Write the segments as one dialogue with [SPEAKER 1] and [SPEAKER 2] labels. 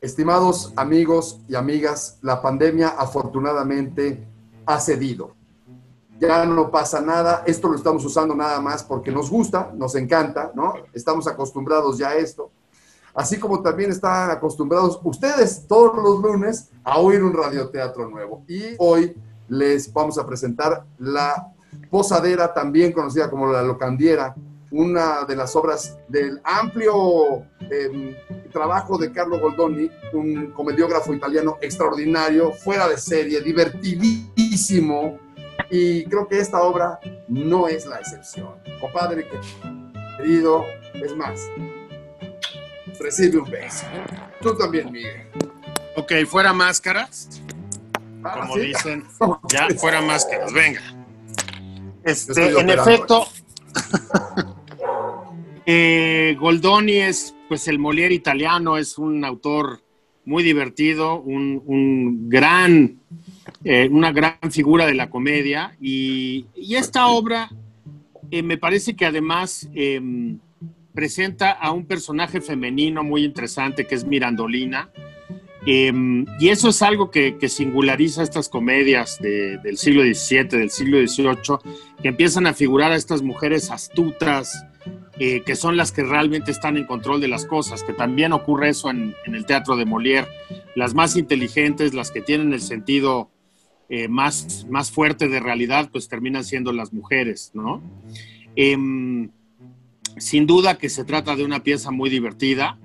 [SPEAKER 1] Estimados amigos y amigas, la pandemia afortunadamente ha cedido. Ya no pasa nada, esto lo estamos usando nada más porque nos gusta, nos encanta, ¿no? Estamos acostumbrados ya a esto. Así como también están acostumbrados ustedes todos los lunes a oír un radioteatro nuevo. Y hoy les vamos a presentar La Posadera, también conocida como La Locandiera, una de las obras del amplio eh, trabajo de Carlo Goldoni, un comediógrafo italiano extraordinario, fuera de serie, divertidísimo. Y creo que esta obra no es la excepción. Compadre, querido, es más, recibe un beso. Tú también, Miguel.
[SPEAKER 2] Ok, fuera máscaras.
[SPEAKER 1] Ah,
[SPEAKER 2] Como
[SPEAKER 1] ¿sí?
[SPEAKER 2] dicen, ya fuera máscaras, venga.
[SPEAKER 1] Yo
[SPEAKER 2] Este,
[SPEAKER 1] estoy
[SPEAKER 2] en
[SPEAKER 1] operando.
[SPEAKER 2] efecto, eh, Goldoni es pues el Molière italiano, es un autor muy divertido, un, un gran, eh, una gran figura de la comedia. Y, y esta obra eh, me parece que además eh, presenta a un personaje femenino muy interesante que es Mirandolina. Eh, y eso es algo que, que singulariza estas comedias de- del siglo XVII, del siglo XVIII, que empiezan a figurar a estas mujeres astutas, eh, que son las que realmente están en control de las cosas, que también ocurre eso en, en el teatro de Molière. Las más inteligentes, las que tienen el sentido eh, más, más fuerte de realidad, pues terminan siendo las mujeres, ¿no? Em, sin duda que se trata de una pieza muy divertida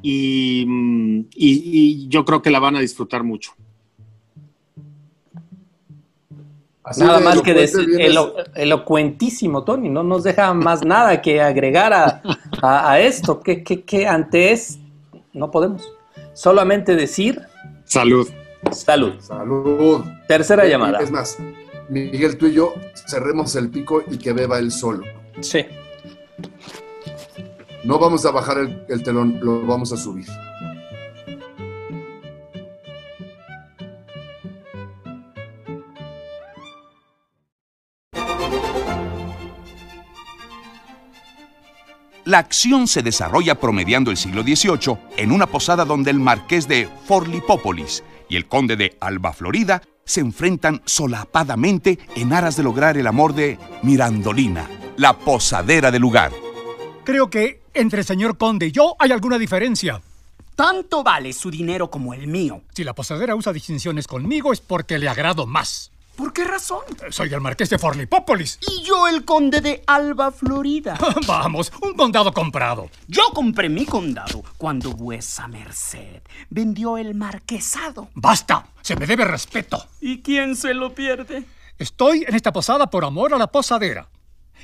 [SPEAKER 2] y, mm, y- y yo creo que la van a disfrutar mucho.
[SPEAKER 1] Así
[SPEAKER 3] Nada
[SPEAKER 1] de
[SPEAKER 3] más que
[SPEAKER 1] elocuente
[SPEAKER 3] decir,
[SPEAKER 1] vienes.
[SPEAKER 3] elo- elocuentísimo, Tony, no nos deja más nada que agregar a, a- a esto, que, que, que ante es, no podemos. Solamente decir
[SPEAKER 2] Salud.
[SPEAKER 3] salud.
[SPEAKER 1] Salud.
[SPEAKER 3] Tercera llamada.
[SPEAKER 1] Eh, Es más, Miguel, tú y yo cerremos el pico y que beba el sol.
[SPEAKER 3] Sí.
[SPEAKER 1] No vamos a bajar el, el telón, lo vamos a subir.
[SPEAKER 4] La acción se desarrolla promediando el siglo XVIII en una posada donde el marqués de Forlipópolis y el conde de Alba Florida se enfrentan solapadamente en aras de lograr el amor de Mirandolina, la posadera del lugar.
[SPEAKER 5] Creo que entre el señor Conde y yo hay alguna diferencia.
[SPEAKER 6] Tanto vale su dinero como el mío.
[SPEAKER 5] Si la posadera usa distinciones conmigo es porque le agrado más.
[SPEAKER 6] ¿Por qué razón?
[SPEAKER 5] Soy el marqués de Forlipópolis.
[SPEAKER 6] Y yo el conde de Alba, Florida.
[SPEAKER 5] Vamos, un condado comprado.
[SPEAKER 6] Yo compré mi condado cuando vuesa merced vendió el marquesado.
[SPEAKER 5] Basta, se me debe respeto.
[SPEAKER 6] ¿Y quién se lo pierde?
[SPEAKER 5] Estoy en esta posada por amor a la posadera.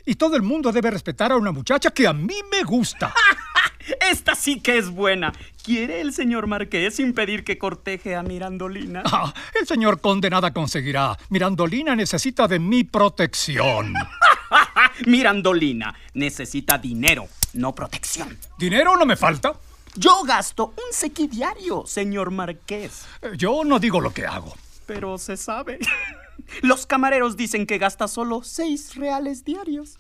[SPEAKER 5] Y todo el mundo debe respetar a una muchacha que a mí me gusta.
[SPEAKER 6] Esta sí que es buena. ¿Quiere el señor marqués impedir que corteje a Mirandolina?
[SPEAKER 5] Ah, el señor Conde nada conseguirá. Mirandolina necesita de mi protección.
[SPEAKER 6] Ah, Mirandolina necesita dinero, no protección.
[SPEAKER 5] Dinero no me falta.
[SPEAKER 6] Yo gasto un sequi diario, señor marqués.
[SPEAKER 5] Eh, Yo no digo lo que hago.
[SPEAKER 6] Pero se sabe. Los camareros dicen que gasta solo seis reales diarios.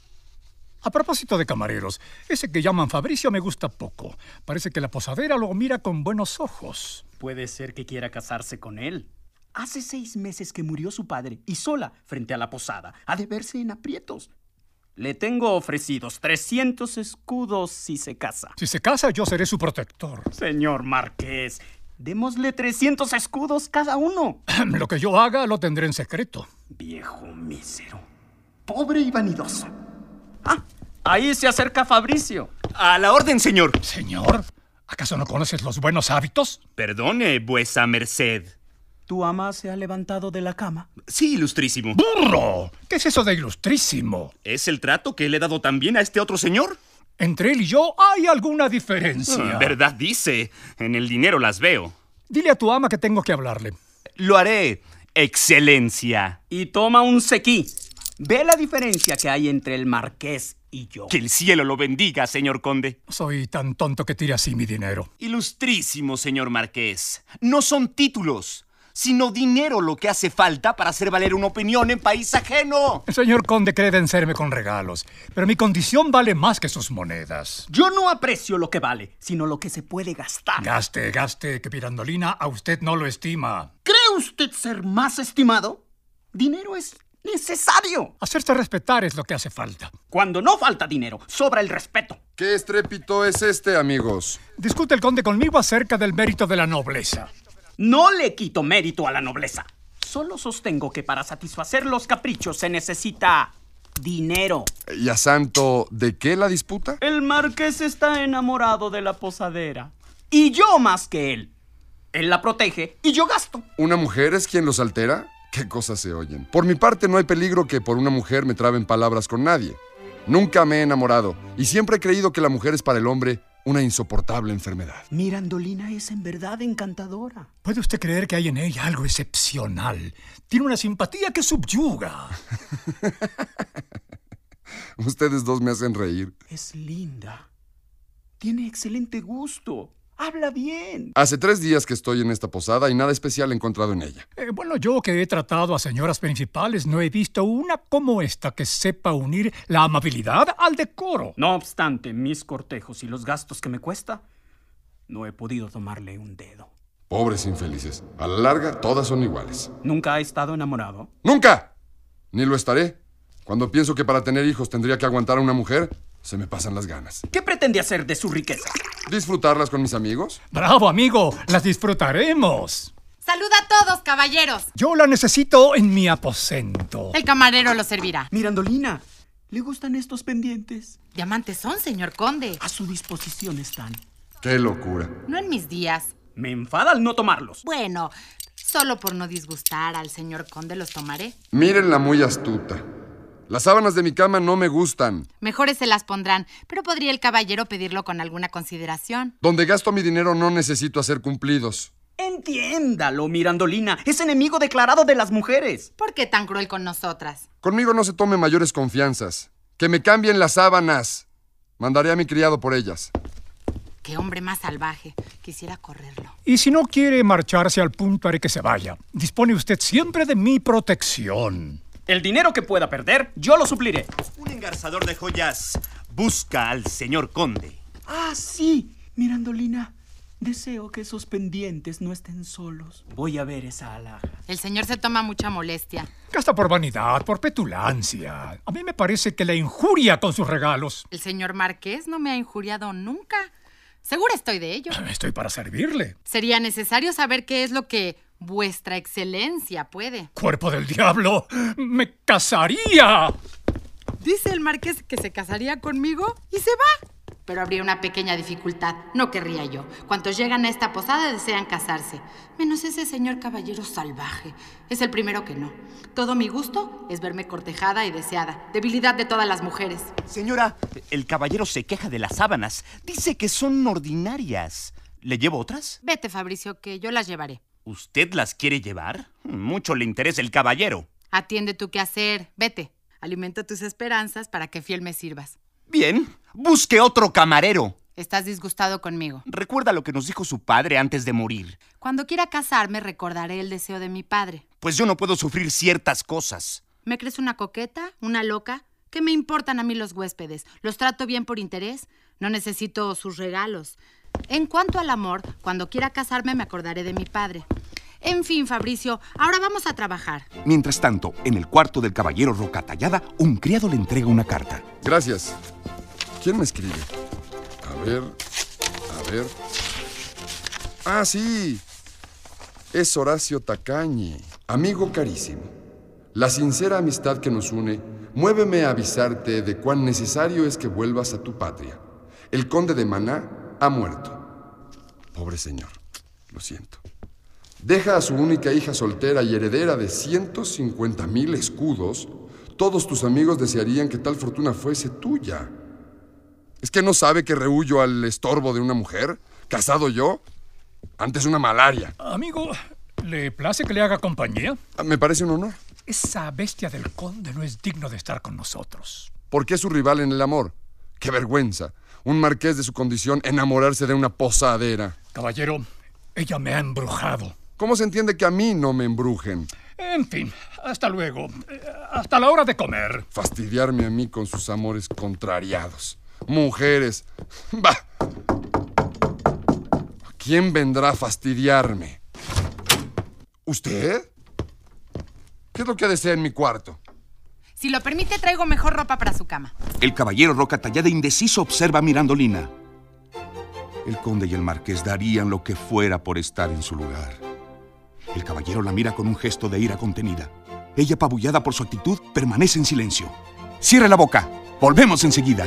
[SPEAKER 5] A propósito de camareros, ese que llaman Fabricio me gusta poco. Parece que la posadera lo mira con buenos ojos.
[SPEAKER 6] Puede ser que quiera casarse con él. Hace seis meses que murió su padre y sola frente a la posada, ha de verse en aprietos. Le tengo ofrecidos 300 escudos si se casa.
[SPEAKER 5] Si se casa, yo seré su protector.
[SPEAKER 6] Señor Marqués, démosle 300 escudos cada uno.
[SPEAKER 5] Lo que yo haga lo tendré en secreto.
[SPEAKER 6] Viejo mísero. Pobre y vanidoso. Ah, ahí se acerca Fabricio.
[SPEAKER 7] A la orden, señor.
[SPEAKER 5] Señor, ¿acaso no conoces los buenos hábitos?
[SPEAKER 7] Perdone, vuesa merced.
[SPEAKER 6] Tu ama se ha levantado de la cama.
[SPEAKER 7] Sí, ilustrísimo.
[SPEAKER 5] ¡Burro! ¿Qué es eso de ilustrísimo?
[SPEAKER 7] ¿Es el trato que le he dado también a este otro señor?
[SPEAKER 5] Entre él y yo hay alguna diferencia.
[SPEAKER 7] Ah, Verdad dice. En el dinero las veo.
[SPEAKER 5] Dile a tu ama que tengo que hablarle.
[SPEAKER 7] Lo haré, excelencia.
[SPEAKER 6] Y toma un sequí. Ve la diferencia que hay entre el marqués y yo.
[SPEAKER 7] Que el cielo lo bendiga, señor conde.
[SPEAKER 5] Soy tan tonto que tire así mi dinero.
[SPEAKER 7] Ilustrísimo, señor marqués. No son títulos. sino dinero lo que hace falta para hacer valer una opinión en país ajeno.
[SPEAKER 5] El señor conde cree vencerme con regalos, pero mi condición vale más que sus monedas.
[SPEAKER 6] Yo no aprecio lo que vale, sino lo que se puede gastar.
[SPEAKER 5] Gaste, gaste, que Pirandolina a usted no lo estima.
[SPEAKER 6] ¿Cree usted ser más estimado? Dinero es necesario.
[SPEAKER 5] Hacerse respetar es lo que hace falta.
[SPEAKER 6] Cuando no falta dinero, sobra el respeto.
[SPEAKER 1] ¿Qué estrépito es este, amigos?
[SPEAKER 5] Discute el conde conmigo acerca del mérito de la nobleza.
[SPEAKER 6] No le quito mérito a la nobleza. Solo sostengo que para satisfacer los caprichos se necesita dinero.
[SPEAKER 1] ¿Y a santo de qué la disputa?
[SPEAKER 6] El marqués está enamorado de la posadera. Y yo más que él. Él la protege y yo gasto.
[SPEAKER 1] ¿Una mujer es quien los altera? ¿Qué cosas se oyen? Por mi parte no hay peligro que por una mujer me traben palabras con nadie. Nunca me he enamorado y siempre he creído que la mujer es para el hombre una insoportable enfermedad.
[SPEAKER 6] Mirandolina es en verdad encantadora.
[SPEAKER 5] ¿Puede usted creer que hay en ella algo excepcional? Tiene una simpatía que subyuga.
[SPEAKER 1] Ustedes dos me hacen reír.
[SPEAKER 6] Es linda. Tiene excelente gusto. Habla bien.
[SPEAKER 1] Hace tres días que estoy en esta posada y nada especial he encontrado en ella.
[SPEAKER 5] Eh, bueno, yo que he tratado a señoras principales, no he visto una como esta que sepa unir la amabilidad al decoro.
[SPEAKER 6] No obstante, mis cortejos y los gastos que me cuesta, no he podido tomarle un dedo.
[SPEAKER 1] Pobres infelices. A la larga, todas son iguales.
[SPEAKER 6] ¿Nunca ha estado enamorado?
[SPEAKER 1] ¡Nunca! Ni lo estaré. Cuando pienso que para tener hijos tendría que aguantar a una mujer, se me pasan las ganas.
[SPEAKER 6] ¿Qué pretende hacer de su riqueza?
[SPEAKER 1] ¿Disfrutarlas con mis amigos?
[SPEAKER 5] Bravo, amigo, las disfrutaremos.
[SPEAKER 8] Saluda a todos, caballeros.
[SPEAKER 5] Yo la necesito en mi aposento.
[SPEAKER 8] El camarero lo servirá.
[SPEAKER 6] Mirandolina, ¿le gustan estos pendientes?
[SPEAKER 8] Diamantes son, señor conde.
[SPEAKER 6] A su disposición están.
[SPEAKER 1] ¡Qué locura!
[SPEAKER 8] No en mis días.
[SPEAKER 6] Me enfada al no tomarlos.
[SPEAKER 8] Bueno, solo por no disgustar al señor conde los tomaré.
[SPEAKER 1] Mírenla muy astuta. Las sábanas de mi cama no me gustan.
[SPEAKER 8] Mejores se las pondrán, pero podría el caballero pedirlo con alguna consideración.
[SPEAKER 1] Donde gasto mi dinero no necesito hacer cumplidos.
[SPEAKER 6] Entiéndalo, Mirandolina. Es enemigo declarado de las mujeres.
[SPEAKER 8] ¿Por qué tan cruel con nosotras?
[SPEAKER 1] Conmigo no se tome mayores confianzas. Que me cambien las sábanas. Mandaré a mi criado por ellas.
[SPEAKER 8] Qué hombre más salvaje. Quisiera correrlo.
[SPEAKER 5] Y si no quiere marcharse al punto, haré que se vaya. Dispone usted siempre de mi protección.
[SPEAKER 6] El dinero que pueda perder, yo lo supliré.
[SPEAKER 7] Un engarzador de joyas busca al señor conde.
[SPEAKER 6] Ah, sí. Mirandolina, deseo que esos pendientes no estén solos. Voy a ver esa alhaja.
[SPEAKER 8] El señor se toma mucha molestia.
[SPEAKER 5] Gasta por vanidad, por petulancia. A mí me parece que la injuria con sus regalos.
[SPEAKER 8] El señor marqués no me ha injuriado nunca. Segura estoy de ello.
[SPEAKER 5] Estoy para servirle.
[SPEAKER 8] Sería necesario saber qué es lo que vuestra excelencia puede.
[SPEAKER 5] Cuerpo del diablo, me casaría.
[SPEAKER 8] Dice el marqués que se casaría conmigo y se va. Pero habría una pequeña dificultad, no querría yo. Cuantos llegan a esta posada desean casarse, menos ese señor caballero salvaje. Es el primero que no. Todo mi gusto es verme cortejada y deseada, debilidad de todas las mujeres.
[SPEAKER 7] Señora, el caballero se queja de las sábanas. Dice que son ordinarias. ¿Le llevo otras?
[SPEAKER 8] Vete, Fabricio, que yo las llevaré.
[SPEAKER 7] ¿Usted las quiere llevar? Mucho le interesa el caballero.
[SPEAKER 8] Atiende tu quehacer, vete. Alimenta tus esperanzas para que fiel me sirvas.
[SPEAKER 7] Bien, busque otro camarero.
[SPEAKER 8] Estás disgustado conmigo.
[SPEAKER 7] Recuerda lo que nos dijo su padre antes de morir.
[SPEAKER 8] Cuando quiera casarme recordaré el deseo de mi padre.
[SPEAKER 7] Pues yo no puedo sufrir ciertas cosas.
[SPEAKER 8] ¿Me crees una coqueta? ¿Una loca? ¿Qué me importan a mí los huéspedes? ¿Los trato bien por interés? No necesito sus regalos. En cuanto al amor, cuando quiera casarme me acordaré de mi padre. En fin, Fabricio, ahora vamos a trabajar.
[SPEAKER 4] Mientras tanto, en el cuarto del caballero Rocatallada, un criado le entrega una carta.
[SPEAKER 1] Gracias. ¿Quién me escribe? A ver, a ver. Ah, sí. Es Horacio Tacañi, amigo carísimo. La sincera amistad que nos une muéveme a avisarte de cuán necesario es que vuelvas a tu patria. El conde de Maná ha muerto. Pobre señor, lo siento. Deja a su única hija soltera y heredera de 150 mil escudos. Todos tus amigos desearían que tal fortuna fuese tuya. ¿Es que no sabe que rehuyo al estorbo de una mujer? ¿Casado yo? Antes una malaria.
[SPEAKER 5] Amigo, ¿le place que le haga compañía?
[SPEAKER 1] Ah, Me parece un honor.
[SPEAKER 5] Esa bestia del conde no es digno de estar con nosotros.
[SPEAKER 1] ¿Por qué su rival en el amor? ¡Qué vergüenza! Un marqués de su condición enamorarse de una posadera.
[SPEAKER 5] Caballero, ella me ha embrujado.
[SPEAKER 1] ¿Cómo se entiende que a mí no me embrujen?
[SPEAKER 5] En fin, hasta luego. Eh, Hasta la hora de comer.
[SPEAKER 1] Fastidiarme a mí con sus amores contrariados. Mujeres. Bah. ¿Quién vendrá a fastidiarme? ¿Usted? ¿Qué es lo que desea en mi cuarto?
[SPEAKER 8] Si lo permite, traigo mejor ropa para su cama.
[SPEAKER 4] El caballero Roca Tallada indeciso observa a Mirandolina. El conde y el marqués darían lo que fuera por estar en su lugar. El caballero la mira con un gesto de ira contenida. Ella, apabullada por su actitud, permanece en silencio. Cierre la boca. Volvemos enseguida.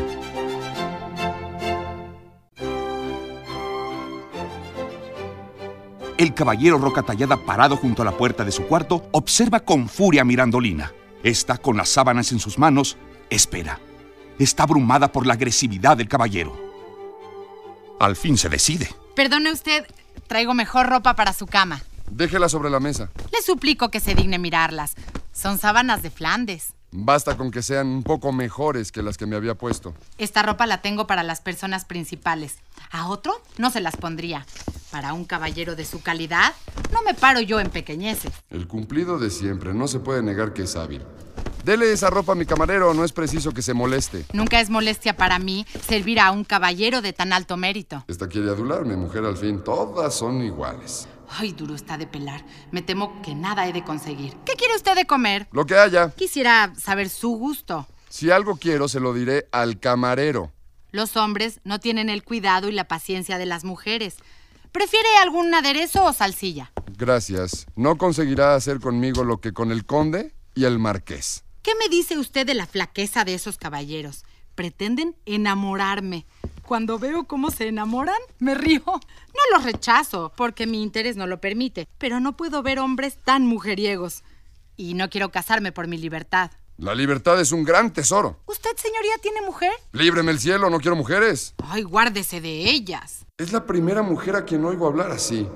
[SPEAKER 4] El caballero Roca Tallada, parado junto a la puerta de su cuarto, observa con furia a Mirandolina. Está con las sábanas en sus manos, espera. Está abrumada por la agresividad del caballero. Al fin se decide.
[SPEAKER 8] Perdone usted, traigo mejor ropa para su cama.
[SPEAKER 1] Déjela sobre la mesa.
[SPEAKER 8] Le suplico que se digne mirarlas. Son sábanas de Flandes.
[SPEAKER 1] Basta con que sean un poco mejores que las que me había puesto.
[SPEAKER 8] Esta ropa la tengo para las personas principales. A otro no se las pondría. Para un caballero de su calidad, no me paro yo en pequeñeces.
[SPEAKER 1] El cumplido de siempre, no se puede negar que es hábil. Dele esa ropa a mi camarero, no es preciso que se moleste.
[SPEAKER 8] Nunca es molestia para mí servir a un caballero de tan alto mérito.
[SPEAKER 1] Esta quiere adularme, mujer, al fin. Todas son iguales.
[SPEAKER 8] Ay, duro está de pelar. Me temo que nada he de conseguir. ¿Qué quiere usted de comer?
[SPEAKER 1] Lo que haya.
[SPEAKER 8] Quisiera saber su gusto.
[SPEAKER 1] Si algo quiero, se lo diré al camarero.
[SPEAKER 8] Los hombres no tienen el cuidado y la paciencia de las mujeres. ¿Prefiere algún aderezo o salsilla?
[SPEAKER 1] Gracias. No conseguirá hacer conmigo lo que con el conde y el marqués.
[SPEAKER 8] ¿Qué me dice usted de la flaqueza de esos caballeros? Pretenden enamorarme. Cuando veo cómo se enamoran, me río. No los rechazo, porque mi interés no lo permite, pero no puedo ver hombres tan mujeriegos. Y no quiero casarme por mi libertad.
[SPEAKER 1] La libertad es un gran tesoro.
[SPEAKER 8] ¿Usted, señoría, tiene mujer?
[SPEAKER 1] Líbreme el cielo, no quiero mujeres.
[SPEAKER 8] Ay, guárdese de ellas.
[SPEAKER 1] Es la primera mujer a quien oigo hablar así.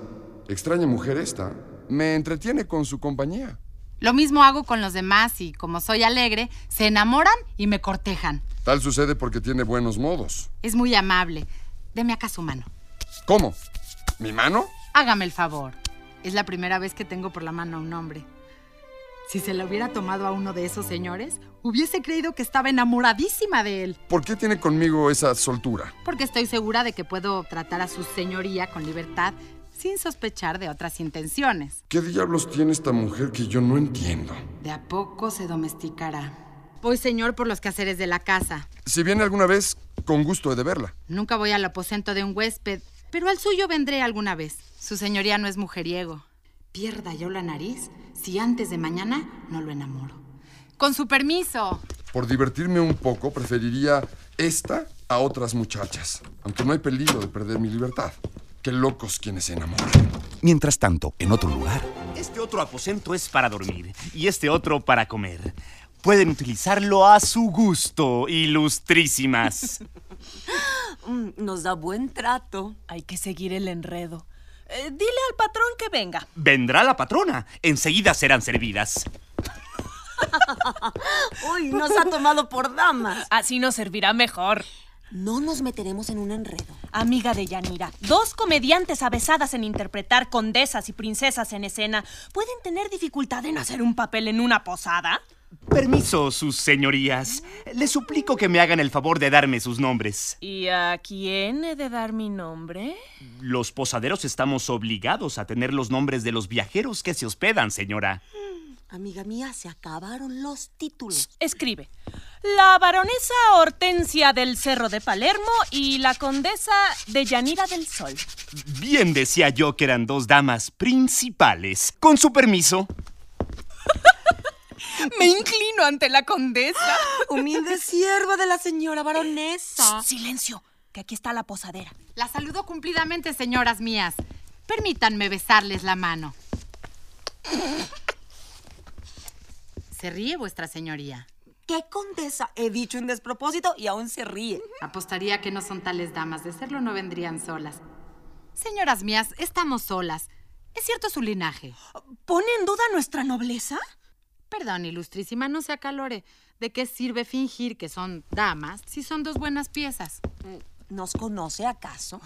[SPEAKER 1] Extraña mujer esta. Me entretiene con su compañía.
[SPEAKER 8] Lo mismo hago con los demás y como soy alegre, se enamoran y me cortejan.
[SPEAKER 1] Tal sucede porque tiene buenos modos.
[SPEAKER 8] Es muy amable. Deme acá su mano.
[SPEAKER 1] ¿Cómo? ¿Mi mano?
[SPEAKER 8] Hágame el favor. Es la primera vez que tengo por la mano a un hombre. Si se la hubiera tomado a uno de esos señores, hubiese creído que estaba enamoradísima de él,
[SPEAKER 1] ¿Por qué tiene conmigo esa soltura?
[SPEAKER 8] porque estoy segura de que puedo tratar a su señoría con libertad sin sospechar de otras intenciones.
[SPEAKER 1] ¿Qué diablos tiene esta mujer que yo no entiendo?
[SPEAKER 8] De a poco se domesticará. Voy, señor, por los quehaceres de la casa.
[SPEAKER 1] Si viene alguna vez, con gusto he de verla.
[SPEAKER 8] Nunca voy al aposento de un huésped, pero al suyo vendré alguna vez. Su señoría no es mujeriego. Pierda yo la nariz si antes de mañana no lo enamoro. Con su permiso.
[SPEAKER 1] Por divertirme un poco, preferiría esta a otras muchachas. Aunque no hay peligro de perder mi libertad. Qué locos quienes se enamoran.
[SPEAKER 4] Mientras tanto, en otro lugar,
[SPEAKER 7] Este otro aposento es para dormir y este otro para comer. Pueden utilizarlo a su gusto, ilustrísimas.
[SPEAKER 9] Mm, Nos da buen trato. Hay que seguir el enredo. Eh, dile al patrón que venga.
[SPEAKER 7] Vendrá la patrona. Enseguida serán servidas.
[SPEAKER 9] Uy, nos ha tomado por
[SPEAKER 10] Ah,
[SPEAKER 9] damas. Así nos servirá mejor. No nos meteremos en un enredo.
[SPEAKER 10] Amiga de Yanira, dos comediantes avesadas en interpretar condesas y princesas en escena, ¿pueden tener dificultad en hacer un papel en una posada?
[SPEAKER 7] Permiso, sus señorías. Les suplico que me hagan el favor de darme sus nombres.
[SPEAKER 10] ¿Y a quién he de dar mi nombre?
[SPEAKER 7] Los posaderos estamos obligados a tener los nombres de los viajeros que se hospedan, señora.
[SPEAKER 9] Amiga mía, se acabaron los títulos.
[SPEAKER 10] Escribe. La baronesa Hortensia del Cerro de Palermo y la condesa de Yanira del Sol.
[SPEAKER 7] Bien decía yo que eran dos damas principales. Con su permiso.
[SPEAKER 9] Me inclino ante la condesa. Humilde sierva de la señora baronesa.
[SPEAKER 10] Silencio, que aquí está la posadera.
[SPEAKER 8] La saludo cumplidamente, señoras mías. Permítanme besarles la mano. ¿Se ríe vuestra señoría?
[SPEAKER 9] ¿Qué condesa? He dicho un despropósito y aún se ríe.
[SPEAKER 8] Apostaría que no son tales damas. De serlo no vendrían solas. Señoras mías, estamos solas. Es cierto su linaje.
[SPEAKER 10] ¿Pone en duda nuestra nobleza?
[SPEAKER 8] Perdón, ilustrísima, no se acalore. ¿De qué sirve fingir que son damas si son dos buenas piezas?
[SPEAKER 9] ¿Nos conoce acaso?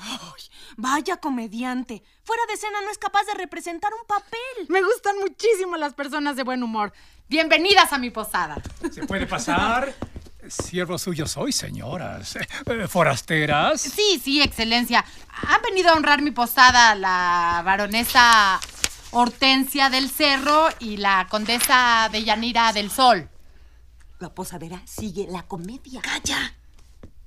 [SPEAKER 10] Vaya comediante. Fuera de escena no es capaz de representar un papel.
[SPEAKER 8] Me gustan muchísimo las personas de buen humor. Bienvenidas a mi posada.
[SPEAKER 5] ¿Se puede pasar? Siervo suyo soy, señoras. Eh, ¿Forasteras?
[SPEAKER 8] Sí, sí, excelencia. Han venido a honrar mi posada la baronesa Hortensia del Cerro y la condesa de Yanira del Sol.
[SPEAKER 9] La posadera sigue la comedia.
[SPEAKER 10] ¡Calla!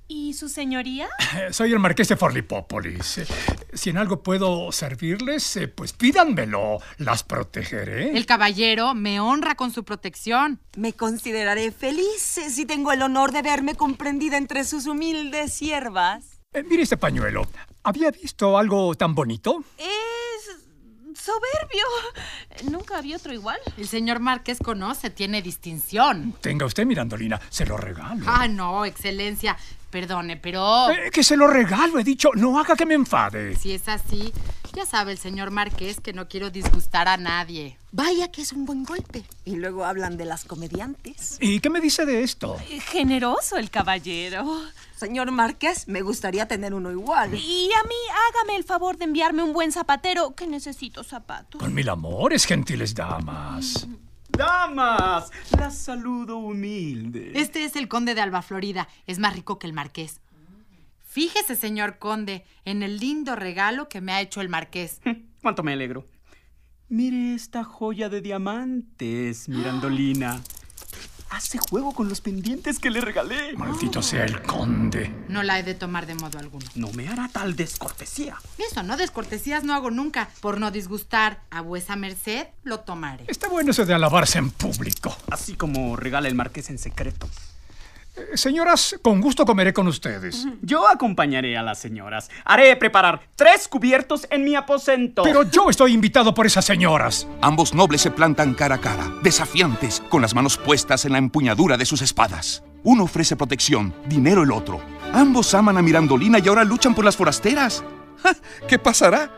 [SPEAKER 10] ¿Y su señoría?
[SPEAKER 5] Eh, Soy el marqués de Forlipópolis. Eh, Si en algo puedo servirles, eh, pues pídanmelo. Las protegeré.
[SPEAKER 8] El caballero me honra con su protección.
[SPEAKER 9] Me consideraré feliz eh, si tengo el honor de verme comprendida entre sus humildes siervas.
[SPEAKER 5] Eh, mire este pañuelo. ¿Había visto algo tan bonito?
[SPEAKER 10] Es soberbio. Nunca vi otro igual.
[SPEAKER 8] El señor Márquez conoce, tiene distinción.
[SPEAKER 5] Tenga usted, Mirandolina. Se lo regalo.
[SPEAKER 8] Ah, no, excelencia. Perdone, pero
[SPEAKER 5] Eh, que se lo regalo, he dicho. No haga que me enfade.
[SPEAKER 8] si es así, ya sabe el señor Marqués que no quiero disgustar a nadie.
[SPEAKER 9] Vaya que es un buen golpe. Y luego hablan de las comediantes.
[SPEAKER 5] ¿Y qué me dice de esto?
[SPEAKER 10] Generoso el caballero.
[SPEAKER 9] Señor Márquez, me gustaría tener uno igual.
[SPEAKER 10] Y a mí, hágame el favor de enviarme un buen zapatero, que necesito zapatos.
[SPEAKER 5] Con mil amores, gentiles damas.
[SPEAKER 6] Damas, las saludo humilde.
[SPEAKER 8] Este es el conde de Alba Florida. Es más rico que el marqués. Fíjese, señor conde, en el lindo regalo que me ha hecho el marqués.
[SPEAKER 6] ¿Cuánto me alegro? Mire esta joya de diamantes, Mirandolina. Hace juego con los pendientes que le regalé.
[SPEAKER 5] Maldito sea el conde.
[SPEAKER 8] No la he de tomar de modo alguno.
[SPEAKER 6] No me hará tal descortesía.
[SPEAKER 8] Eso, no descortesías no hago nunca. Por no disgustar a vuesa merced, lo tomaré.
[SPEAKER 5] Está bueno eso de alabarse en público.
[SPEAKER 6] Así como regala el marqués en secreto.
[SPEAKER 5] Eh, Señoras, con gusto comeré con ustedes.
[SPEAKER 6] Yo acompañaré a las señoras. Haré preparar tres cubiertos en mi aposento.
[SPEAKER 5] Pero yo estoy invitado por esas señoras.
[SPEAKER 4] Ambos nobles se plantan cara a cara, desafiantes, con las manos puestas en la empuñadura de sus espadas. Uno ofrece protección, dinero el otro. Ambos aman a Mirandolina y ahora luchan por las forasteras. ¡Ja! ¿Qué pasará?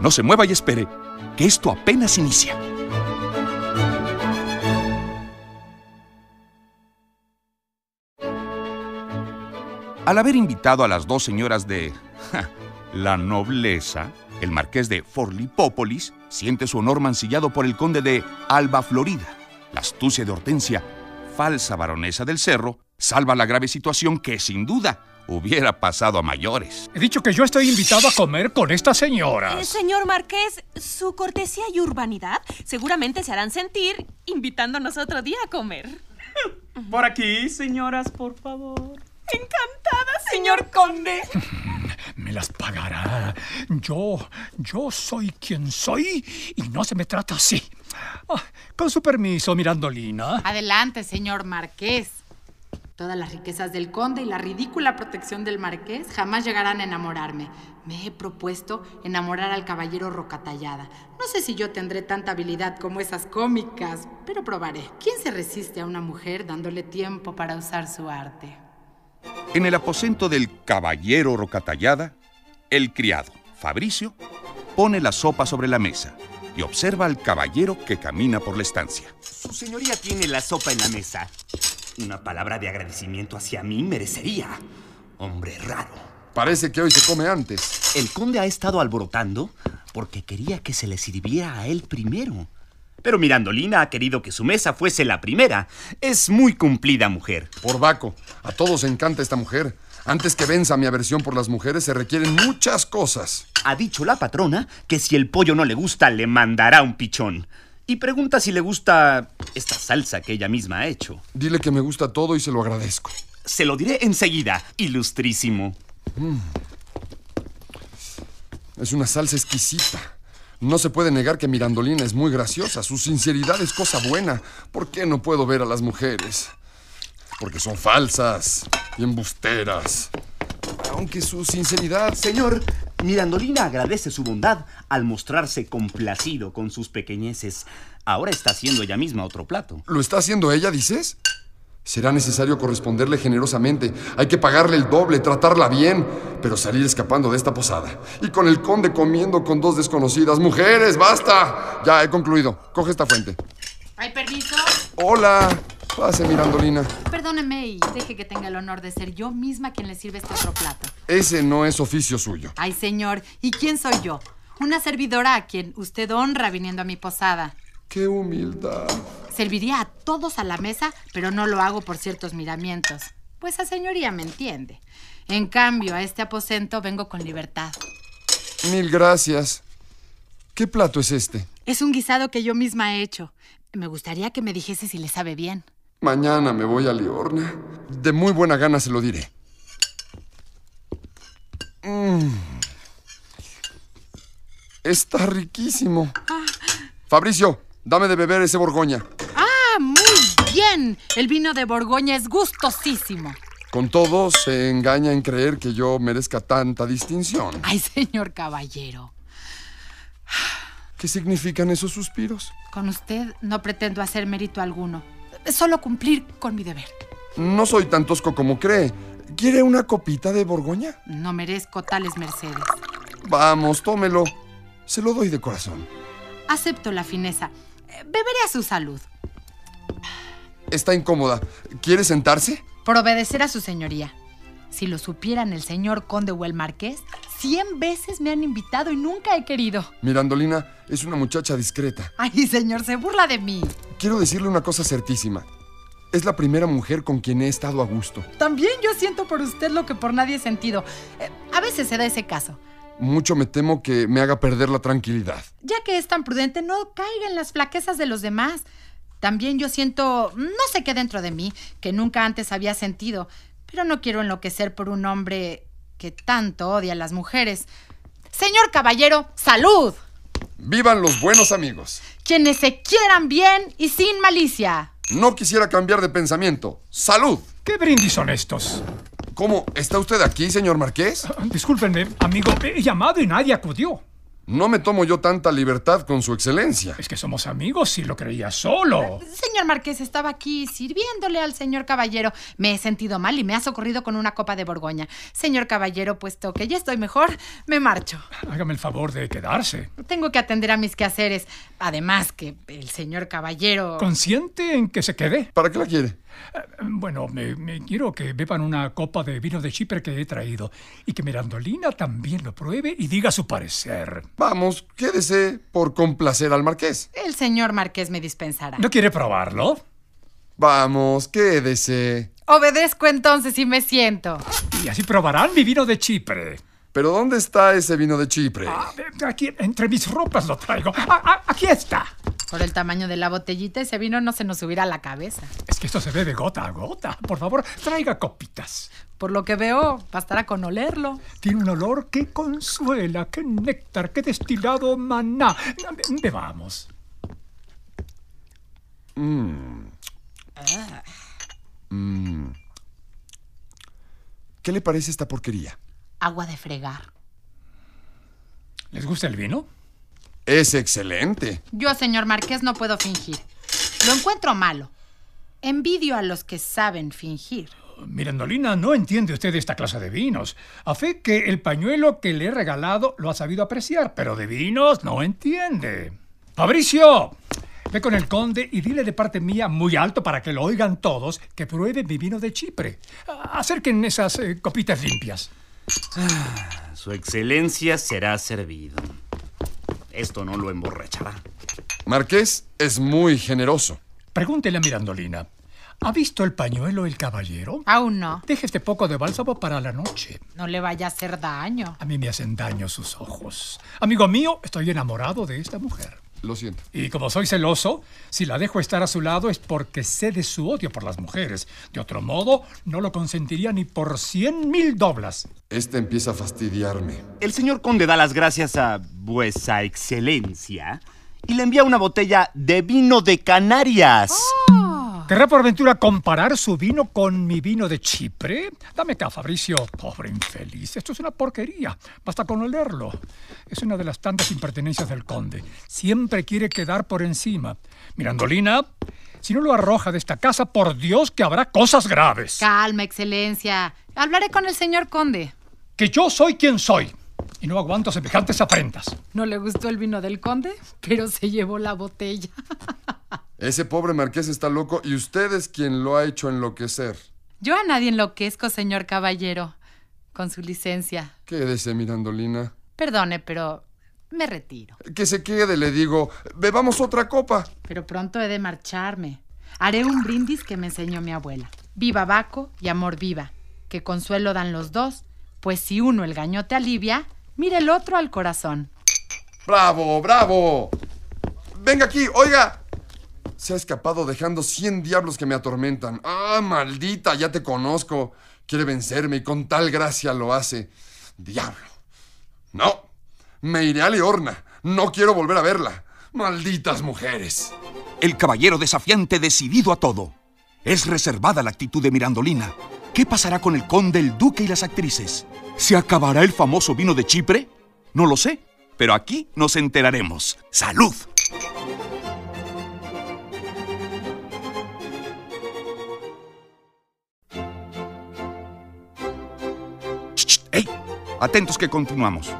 [SPEAKER 4] No se mueva y espere, que esto apenas inicia. Al haber invitado a las dos señoras de ja, la nobleza, el marqués de Forlipópolis siente su honor mancillado por el conde de Alba Florida. La astucia de Hortensia, falsa baronesa del cerro, salva la grave situación que sin duda hubiera pasado a mayores.
[SPEAKER 5] He dicho que yo estoy invitado a comer con estas
[SPEAKER 10] Eh,
[SPEAKER 5] señoras.
[SPEAKER 10] Señor Marqués, su cortesía y urbanidad seguramente se harán sentir invitándonos otro día a comer.
[SPEAKER 6] Por aquí, señoras, por favor.
[SPEAKER 10] Encantada, señor conde.
[SPEAKER 5] Me las pagará. Yo, yo soy quien soy y no se me trata así. Ah, con su permiso, Mirandolina.
[SPEAKER 8] Adelante, señor marqués. Todas las riquezas del conde y la ridícula protección del marqués jamás llegarán a enamorarme. Me he propuesto enamorar al caballero Rocatallada. No sé si yo tendré tanta habilidad como esas cómicas, pero probaré. ¿Quién se resiste a una mujer dándole tiempo para usar su arte?
[SPEAKER 4] En el aposento del caballero Rocatallada, el criado, Fabricio, pone la sopa sobre la mesa y observa al caballero que camina por la estancia.
[SPEAKER 7] Su señoría tiene la sopa en la mesa. Una palabra de agradecimiento hacia mí merecería. Hombre raro.
[SPEAKER 1] Parece que hoy se come antes.
[SPEAKER 7] El conde ha estado alborotando porque quería que se le sirviera a él primero. Pero Mirandolina ha querido que su mesa fuese la primera. Es muy cumplida mujer.
[SPEAKER 1] Por Baco, a todos encanta esta mujer. Antes que venza mi aversión por las mujeres, se requieren muchas cosas.
[SPEAKER 7] Ha dicho la patrona que si el pollo no le gusta, le mandará un pichón. Y pregunta si le gusta esta salsa que ella misma ha hecho.
[SPEAKER 1] Dile que me gusta todo y se lo agradezco.
[SPEAKER 7] Se lo diré enseguida, ilustrísimo.
[SPEAKER 1] Es una salsa exquisita. No se puede negar que Mirandolina es muy graciosa. Su sinceridad es cosa buena. ¿Por qué no puedo ver a las mujeres? Porque son falsas y embusteras. Aunque su sinceridad...
[SPEAKER 7] Señor, Mirandolina agradece su bondad al mostrarse complacido con sus pequeñeces. Ahora está haciendo ella misma otro plato.
[SPEAKER 1] ¿Lo está haciendo ella, dices? Será necesario corresponderle generosamente. Hay que pagarle el doble, tratarla bien, pero salir escapando de esta posada. Y con el conde comiendo con dos desconocidas. Mujeres, basta. Ya he concluido. Coge esta fuente.
[SPEAKER 8] ¿Hay permiso?
[SPEAKER 1] Hola. Pase, Mirandolina.
[SPEAKER 8] Perdóneme y deje que tenga el honor de ser yo misma quien le sirve este otro plato.
[SPEAKER 1] Ese no es oficio suyo.
[SPEAKER 8] Ay, señor, ¿y quién soy yo? Una servidora a quien usted honra viniendo a mi posada.
[SPEAKER 1] ¡Qué humildad!
[SPEAKER 8] Serviría a todos a la mesa, pero no lo hago por ciertos miramientos. Pues a señoría me entiende. En cambio, a este aposento vengo con libertad.
[SPEAKER 1] Mil gracias. ¿Qué plato es este?
[SPEAKER 8] Es un guisado que yo misma he hecho. Me gustaría que me dijese si le sabe bien.
[SPEAKER 1] Mañana me voy a Liorna. De muy buena gana se lo diré. Mm. Está riquísimo. Fabricio, dame de beber ese Borgoña.
[SPEAKER 8] ¡Ah, muy bien! El vino de Borgoña es gustosísimo.
[SPEAKER 1] Con todo, se engaña en creer que yo merezca tanta distinción.
[SPEAKER 8] Ay, señor caballero.
[SPEAKER 1] ¿Qué significan esos suspiros?
[SPEAKER 8] Con usted no pretendo hacer mérito alguno. Solo cumplir con mi deber.
[SPEAKER 1] No soy tan tosco como cree. ¿Quiere una copita de Borgoña?
[SPEAKER 8] No merezco tales mercedes.
[SPEAKER 1] Vamos, tómelo. Se lo doy de corazón.
[SPEAKER 8] Acepto la fineza. Eh, Beberé a su salud.
[SPEAKER 1] Está incómoda. ¿Quiere sentarse?
[SPEAKER 8] Por obedecer a su señoría. Si lo supieran el señor conde o el marqués, cien veces me han invitado y nunca he querido.
[SPEAKER 1] Mirandolina es una muchacha discreta.
[SPEAKER 8] Ay, señor, se burla de mí.
[SPEAKER 1] Quiero decirle una cosa certísima. Es la primera mujer con quien he estado a gusto.
[SPEAKER 8] También yo siento por usted lo que por nadie he sentido. Eh, a veces se da ese caso.
[SPEAKER 1] Mucho me temo que me haga perder la tranquilidad.
[SPEAKER 8] Ya que es tan prudente, no caiga en las flaquezas de los demás. También yo siento no sé qué dentro de mí que nunca antes había sentido, pero no quiero enloquecer por un hombre que tanto odia a las mujeres. Señor caballero, salud.
[SPEAKER 1] ¡Vivan los buenos amigos!
[SPEAKER 8] Quienes se quieran bien y sin malicia.
[SPEAKER 1] No quisiera cambiar de pensamiento. ¡Salud!
[SPEAKER 5] ¿Qué brindis son estos? Ah,
[SPEAKER 1] ¿Cómo? ¿Está usted aquí, señor Marqués?
[SPEAKER 5] Discúlpenme, amigo. He llamado y nadie acudió.
[SPEAKER 1] No me tomo yo tanta libertad con su excelencia.
[SPEAKER 5] Es que somos amigos y lo creía solo.
[SPEAKER 8] Señor Marqués, estaba aquí sirviéndole al señor caballero. Me he sentido mal y me ha socorrido con una copa de Borgoña. Señor caballero, puesto que ya estoy mejor, me marcho.
[SPEAKER 5] Hágame el favor de quedarse.
[SPEAKER 8] Tengo que atender a mis quehaceres. Además que el señor caballero...
[SPEAKER 5] ¿Consciente en que se quede?
[SPEAKER 1] ¿Para qué la quiere?
[SPEAKER 5] Eh, Bueno, me, me quiero que beban una copa de vino de Chipre que he traído y que Mirandolina también lo pruebe y diga su parecer.
[SPEAKER 1] Vamos, quédese por complacer al marqués.
[SPEAKER 8] El señor Marqués me dispensará.
[SPEAKER 5] ¿No quiere probarlo?
[SPEAKER 1] Vamos, quédese.
[SPEAKER 8] Obedezco entonces y me siento.
[SPEAKER 5] Y así probarán mi vino de Chipre.
[SPEAKER 1] ¿Pero dónde está ese vino de Chipre?
[SPEAKER 5] Ah, eh, Aquí, entre mis ropas lo traigo. Ah, ah, aquí está.
[SPEAKER 8] Por el tamaño de la botellita, ese vino no se nos subirá a la cabeza.
[SPEAKER 5] Es que esto se bebe gota a gota. Por favor, traiga copitas.
[SPEAKER 8] Por lo que veo, bastará con olerlo.
[SPEAKER 5] Tiene un olor que consuela, que néctar, que destilado maná. Be- Bebamos.
[SPEAKER 1] Mm. Mm. ¿Qué le parece esta porquería?
[SPEAKER 8] Agua de fregar.
[SPEAKER 5] ¿Les gusta el vino?
[SPEAKER 1] Es excelente.
[SPEAKER 8] Yo, señor Marqués, no puedo fingir. Lo encuentro malo. Envidio a los que saben fingir.
[SPEAKER 5] Mirandolina, no entiende usted esta clase de vinos. A fe que el pañuelo que le he regalado lo ha sabido apreciar, pero de vinos no entiende. Fabricio, ve con el conde y dile de parte mía muy alto para que lo oigan todos que pruebe mi vino de Chipre. A- Acerquen esas eh, copitas limpias.
[SPEAKER 7] Su excelencia será servido. Esto no lo emborrachará.
[SPEAKER 1] Marqués es muy generoso.
[SPEAKER 5] Pregúntele a Mirandolina. ¿Ha visto el pañuelo el caballero?
[SPEAKER 8] Aún no.
[SPEAKER 5] Deje este poco de bálsamo para la noche.
[SPEAKER 8] No le vaya a hacer daño.
[SPEAKER 5] A mí me hacen daño sus ojos. Amigo mío, estoy enamorado de esta mujer.
[SPEAKER 1] Lo siento.
[SPEAKER 5] Y como soy celoso, si la dejo estar a su lado es porque sé de su odio por las mujeres. De otro modo, no lo consentiría ni por cien mil doblas.
[SPEAKER 1] Este empieza a fastidiarme.
[SPEAKER 7] El señor conde da las gracias a vuesa excelencia y le envía una botella de vino de Canarias.
[SPEAKER 5] ¿Querrá por ventura comparar su vino con mi vino de Chipre? Dame acá, Fabricio. Pobre infeliz. Esto es una porquería. Basta con olerlo. Es una de las tantas impertinencias del conde. Siempre quiere quedar por encima. Mirandolina, si no lo arroja de esta casa, por Dios que habrá cosas graves.
[SPEAKER 8] Calma, excelencia. Hablaré con el señor conde.
[SPEAKER 5] que yo soy quien soy y no aguanto semejantes afrentas.
[SPEAKER 8] No le gustó el vino del conde, pero se llevó la botella.
[SPEAKER 1] Ese pobre marqués está loco y usted es quien lo ha hecho enloquecer.
[SPEAKER 8] Yo a nadie enloquezco, señor caballero. Con su licencia.
[SPEAKER 1] Quédese, Mirandolina.
[SPEAKER 8] Perdone, pero me retiro.
[SPEAKER 1] Que se quede, le digo. Bebamos otra copa.
[SPEAKER 8] Pero pronto he de marcharme. Haré un brindis que me enseñó mi abuela. Viva Baco y amor viva, que consuelo dan los dos, pues si uno el gañote alivia, mira el otro al corazón.
[SPEAKER 1] ¡Bravo, bravo! Venga aquí, oiga. Se ha escapado dejando 100 diablos que me atormentan. ¡Ah, maldita! Ya te conozco. Quiere vencerme y con tal gracia lo hace. ¡Diablo! No, me iré a Leorna. No quiero volver a verla. ¡Malditas mujeres!
[SPEAKER 4] El caballero desafiante decidido a todo. Es reservada la actitud de Mirandolina. ¿Qué pasará con el conde, el duque y las actrices? ¿Se acabará el famoso vino de Chipre? No lo sé, pero aquí nos enteraremos. ¡Salud! Ch, ch, ¡Ey! Atentos que continuamos.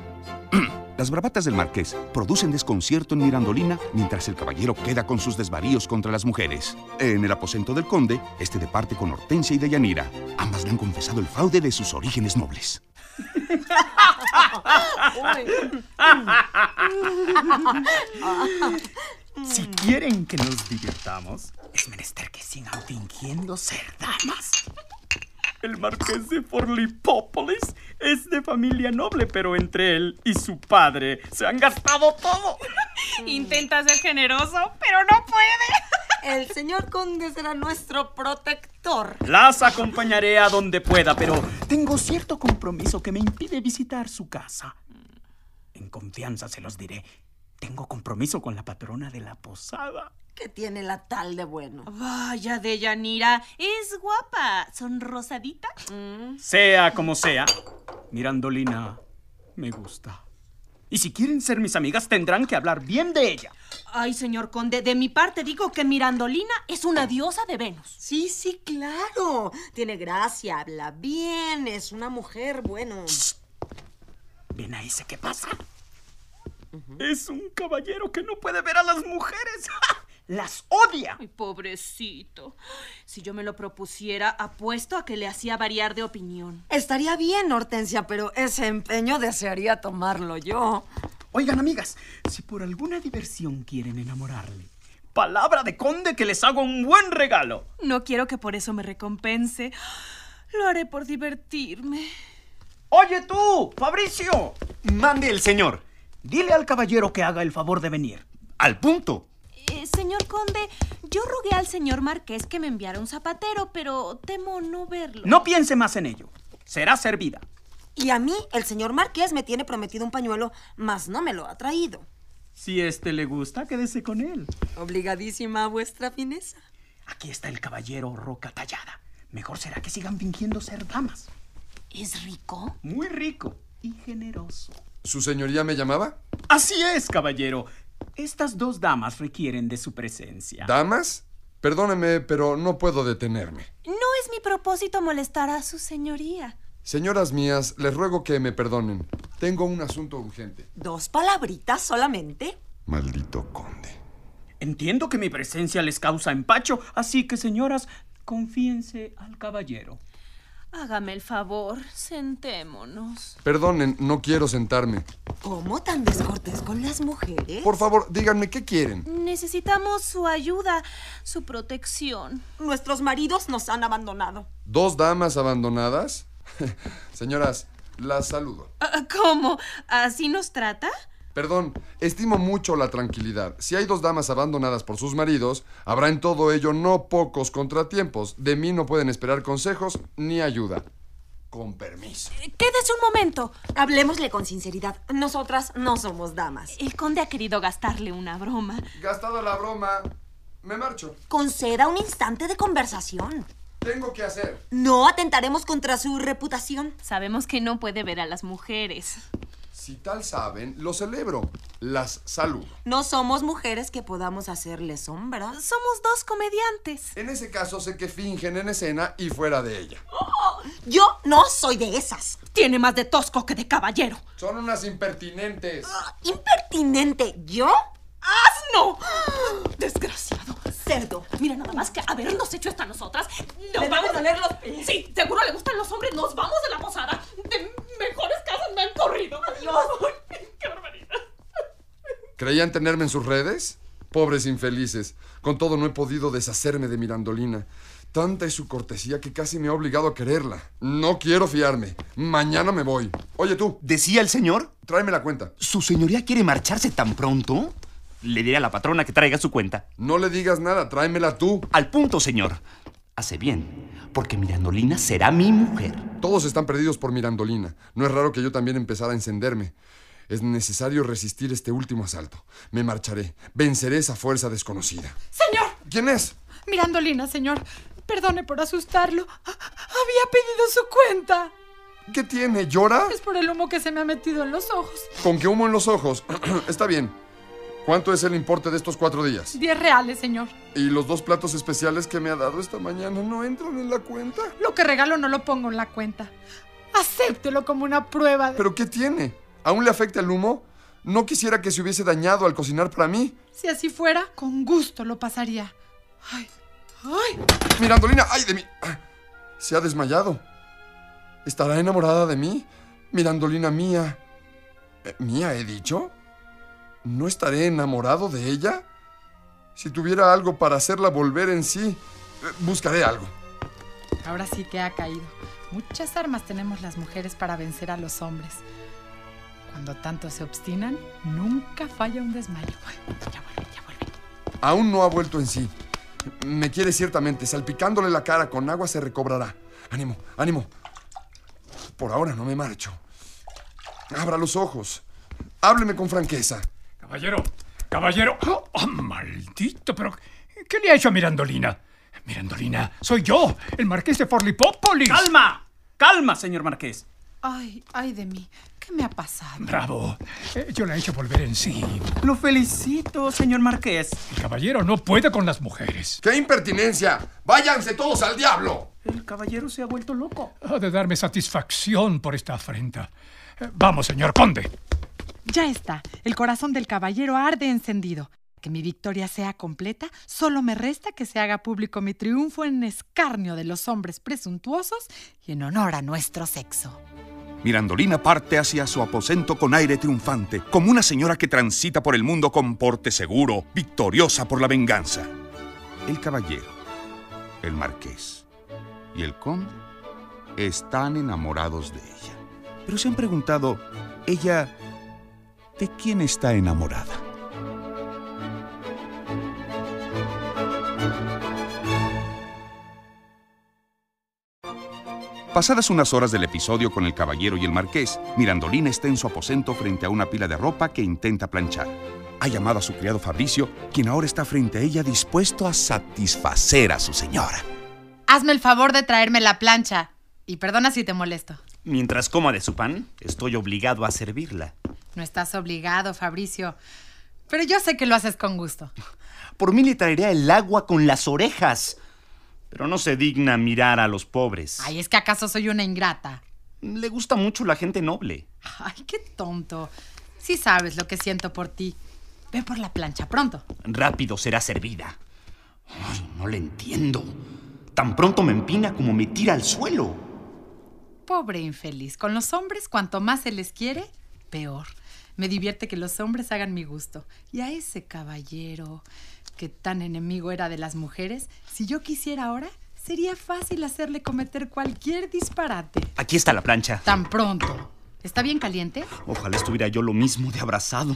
[SPEAKER 4] Las bravatas del marqués producen desconcierto en Mirandolina mientras el caballero queda con sus desvaríos contra las mujeres. En el aposento del conde, este departe con Hortensia y Deyanira. Ambas le han confesado el fraude de sus orígenes nobles.
[SPEAKER 6] Si quieren que nos divirtamos, es menester que sigan fingiendo ser damas. El marqués de Forlipópolis es de familia noble, pero entre él y su padre se han gastado todo.
[SPEAKER 10] Intenta ser generoso, pero no puede.
[SPEAKER 9] El señor conde será nuestro protector.
[SPEAKER 6] Las acompañaré a donde pueda, pero tengo cierto compromiso que me impide visitar su casa. En confianza se los diré. Tengo compromiso con la patrona de la posada.
[SPEAKER 9] ¿Qué tiene la tal de bueno?
[SPEAKER 10] Vaya, Deyanira, es guapa. ¿Son rosadita?
[SPEAKER 6] Sea como sea, Mirandolina me gusta. Y si quieren ser mis amigas, tendrán que hablar bien de ella.
[SPEAKER 10] Ay, señor conde, de mi parte digo que Mirandolina es una diosa de Venus.
[SPEAKER 9] Sí, sí, claro. Tiene gracia, habla bien, es una mujer, bueno.
[SPEAKER 6] Ven ahí, sé qué pasa. Es un caballero que no puede ver a las mujeres. ¡Las odia!
[SPEAKER 10] Ay, pobrecito. Si yo me lo propusiera, apuesto a que le hacía variar de opinión.
[SPEAKER 9] Estaría bien, Hortensia, pero ese empeño desearía tomarlo yo.
[SPEAKER 6] Oigan, amigas, si por alguna diversión quieren enamorarle, palabra de conde que les hago un buen regalo.
[SPEAKER 10] No quiero que por eso me recompense. Lo haré por divertirme.
[SPEAKER 6] Oye tú, Fabricio. Mande el señor. Dile al caballero que haga el favor de venir. Al punto.
[SPEAKER 10] Eh, señor conde, yo rogué al señor marqués que me enviara un zapatero, pero temo no verlo.
[SPEAKER 6] No piense más en ello. Será servida.
[SPEAKER 9] Y a mí, el señor Marqués me tiene prometido un pañuelo, mas no me lo ha traído.
[SPEAKER 6] Si este le gusta, quédese con él.
[SPEAKER 9] Obligadísima a vuestra fineza.
[SPEAKER 6] Aquí está el caballero Roca Tallada. Mejor será que sigan fingiendo ser damas.
[SPEAKER 10] ¿Es rico?
[SPEAKER 6] Muy rico y generoso.
[SPEAKER 1] ¿Su señoría me llamaba?
[SPEAKER 6] Así es, caballero. Estas dos damas requieren de su presencia.
[SPEAKER 1] ¿Damas? Perdóneme, pero no puedo detenerme.
[SPEAKER 10] No es mi propósito molestar a su señoría.
[SPEAKER 1] Señoras mías, les ruego que me perdonen. Tengo un asunto urgente.
[SPEAKER 9] ¿Dos palabritas solamente?
[SPEAKER 1] Maldito conde.
[SPEAKER 6] Entiendo que mi presencia les causa empacho, así que, señoras, confíense al caballero.
[SPEAKER 10] Hágame el favor, sentémonos.
[SPEAKER 1] Perdonen, no quiero sentarme.
[SPEAKER 9] ¿Cómo tan descortés con las mujeres?
[SPEAKER 1] Por favor, díganme qué quieren.
[SPEAKER 10] Necesitamos su ayuda, su protección.
[SPEAKER 9] Nuestros maridos nos han abandonado.
[SPEAKER 1] ¿Dos damas abandonadas? Señoras, las saludo.
[SPEAKER 10] Ah, ¿Cómo? ¿Así nos trata?
[SPEAKER 1] Perdón, estimo mucho la tranquilidad. Si hay dos damas abandonadas por sus maridos, habrá en todo ello no pocos contratiempos. De mí no pueden esperar consejos ni ayuda. Con permiso.
[SPEAKER 10] Eh, Quédese un momento.
[SPEAKER 9] Hablemosle con sinceridad. Nosotras no somos damas.
[SPEAKER 10] El conde ha querido gastarle una broma.
[SPEAKER 1] Gastada la broma, me marcho.
[SPEAKER 9] Conceda un instante de conversación.
[SPEAKER 1] Tengo que hacer.
[SPEAKER 9] No atentaremos contra su reputación.
[SPEAKER 10] Sabemos que no puede ver a las mujeres.
[SPEAKER 1] Si tal saben, lo celebro. Las saludo.
[SPEAKER 9] No somos mujeres que podamos hacerle sombra.
[SPEAKER 10] Somos dos comediantes.
[SPEAKER 1] En ese caso, sé que fingen en escena y fuera de ella.
[SPEAKER 9] Yo no soy de esas.
[SPEAKER 10] Tiene más de tosco que de caballero.
[SPEAKER 1] Son unas impertinentes.
[SPEAKER 9] Impertinente. ¿Yo? ¡Asno!
[SPEAKER 10] Desgraciado. cerdo. Mira nada más que habernos hecho esto a nosotras. Nos
[SPEAKER 9] Le
[SPEAKER 10] vamos
[SPEAKER 9] deben
[SPEAKER 10] a leer los pies. Sí, seguro le gustan los hombres. Nos vamos de la posada. De mejores casas me han corrido. Adiós.
[SPEAKER 1] ¿Creían tenerme en sus redes? Pobres infelices. Con todo no he podido deshacerme de Mirandolina. Tanta es su cortesía que casi me ha obligado a quererla. No quiero fiarme. Mañana me voy. Oye tú.
[SPEAKER 7] ¿Decía el señor?
[SPEAKER 1] Tráeme la cuenta.
[SPEAKER 7] ¿Su señoría quiere marcharse tan pronto? Le diré a la patrona que traiga su cuenta.
[SPEAKER 1] No le digas nada, tráemela tú.
[SPEAKER 7] Al punto, señor. Hace bien, porque Mirandolina será mi mujer.
[SPEAKER 1] Todos están perdidos por Mirandolina. No es raro que yo también empezara a encenderme. Es necesario resistir este último asalto. Me marcharé. Venceré esa fuerza desconocida.
[SPEAKER 8] Señor,
[SPEAKER 1] ¿Quién es?
[SPEAKER 8] Mirandolina, señor. Perdone por asustarlo. Ha- Había pedido su cuenta.
[SPEAKER 1] ¿Qué tiene? ¿Llora?
[SPEAKER 8] Es por el humo que se me ha metido en los ojos.
[SPEAKER 1] Con que humo en los ojos. Está bien. ¿Cuánto es el importe de estos cuatro días?
[SPEAKER 8] Diez reales, señor.
[SPEAKER 1] ¿Y los dos platos especiales que me ha dado esta mañana no entran en la cuenta?
[SPEAKER 8] Lo que regalo no lo pongo en la cuenta. Acéptelo como una prueba de...
[SPEAKER 1] ¿Pero qué tiene? ¿Aún le afecta el humo? No quisiera que se hubiese dañado al cocinar para mí.
[SPEAKER 8] Si así fuera, con gusto lo pasaría. Ay, ay.
[SPEAKER 1] Mirandolina, ay de mí. Ah, Se ha desmayado. ¿Estará enamorada de mí? Mirandolina mía. Eh, ¿Mía he dicho? ¿No estaré enamorado de ella? Si tuviera algo para hacerla volver en sí, eh, buscaré algo.
[SPEAKER 8] Ahora sí que ha caído. Muchas armas tenemos las mujeres para vencer a los hombres. Cuando tanto se obstinan, nunca falla un desmayo. Ay, ya vuelve, ya vuelve.
[SPEAKER 1] Aún no ha vuelto en sí. Me quiere ciertamente. Salpicándole la cara con agua se recobrará. Ánimo, ánimo. Por ahora no me marcho. Abra los ojos. Hábleme con franqueza.
[SPEAKER 5] Caballero, caballero. ¡Ah, ah, maldito, pero ¿qué le ha hecho a Mirandolina? Mirandolina, soy yo, el marqués de Forlipópolis.
[SPEAKER 6] ¡Calma! ¡Calma, señor marqués!
[SPEAKER 8] Ay, ay de mí. ¿Qué me ha pasado?
[SPEAKER 5] Bravo. Eh, yo la he hecho volver en sí.
[SPEAKER 6] Lo felicito, señor marqués.
[SPEAKER 5] El caballero no puede con las mujeres.
[SPEAKER 1] ¡Qué impertinencia! ¡Váyanse todos al diablo!
[SPEAKER 6] El caballero se ha vuelto loco.
[SPEAKER 5] Ha de darme satisfacción por esta afrenta. Eh, Vamos, señor conde.
[SPEAKER 8] Ya está. El corazón del caballero arde encendido. Que mi victoria sea completa, solo me resta que se haga público mi triunfo en escarnio de los hombres presuntuosos y en honor a nuestro sexo.
[SPEAKER 4] Mirandolina parte hacia su aposento con aire triunfante, como una señora que transita por el mundo con porte seguro, victoriosa por la venganza. El caballero, el marqués y el conde están enamorados de ella. Pero se han preguntado, ella, ¿de quién está enamorada? Pasadas unas horas del episodio con el caballero y el marqués, Mirandolina está en su aposento frente a una pila de ropa que intenta planchar. Ha llamado a su criado Fabricio, quien ahora está frente a ella dispuesto a satisfacer a su señora.
[SPEAKER 8] Hazme el favor de traerme la plancha. Y perdona si te molesto.
[SPEAKER 7] Mientras coma de su pan, estoy obligado a servirla.
[SPEAKER 8] No estás obligado, Fabricio. Pero yo sé que lo haces con gusto.
[SPEAKER 7] Por mí le traería el agua con las orejas. Pero no se digna mirar a los pobres.
[SPEAKER 8] Ay, es que acaso soy una ingrata.
[SPEAKER 7] Le gusta mucho la gente noble.
[SPEAKER 8] Ay, qué tonto. Sí sabes lo que siento por ti. Ve por la plancha pronto.
[SPEAKER 7] Rápido será servida. Ay, no le entiendo. Tan pronto me empina como me tira al suelo.
[SPEAKER 8] Pobre infeliz. Con los hombres, cuanto más se les quiere, peor. Me divierte que los hombres hagan mi gusto. Y a ese caballero que tan enemigo era de las mujeres, si yo quisiera ahora, sería fácil hacerle cometer cualquier disparate.
[SPEAKER 7] Aquí está la plancha.
[SPEAKER 8] Tan pronto. ¿Está bien caliente?
[SPEAKER 7] Ojalá estuviera yo lo mismo de abrazado.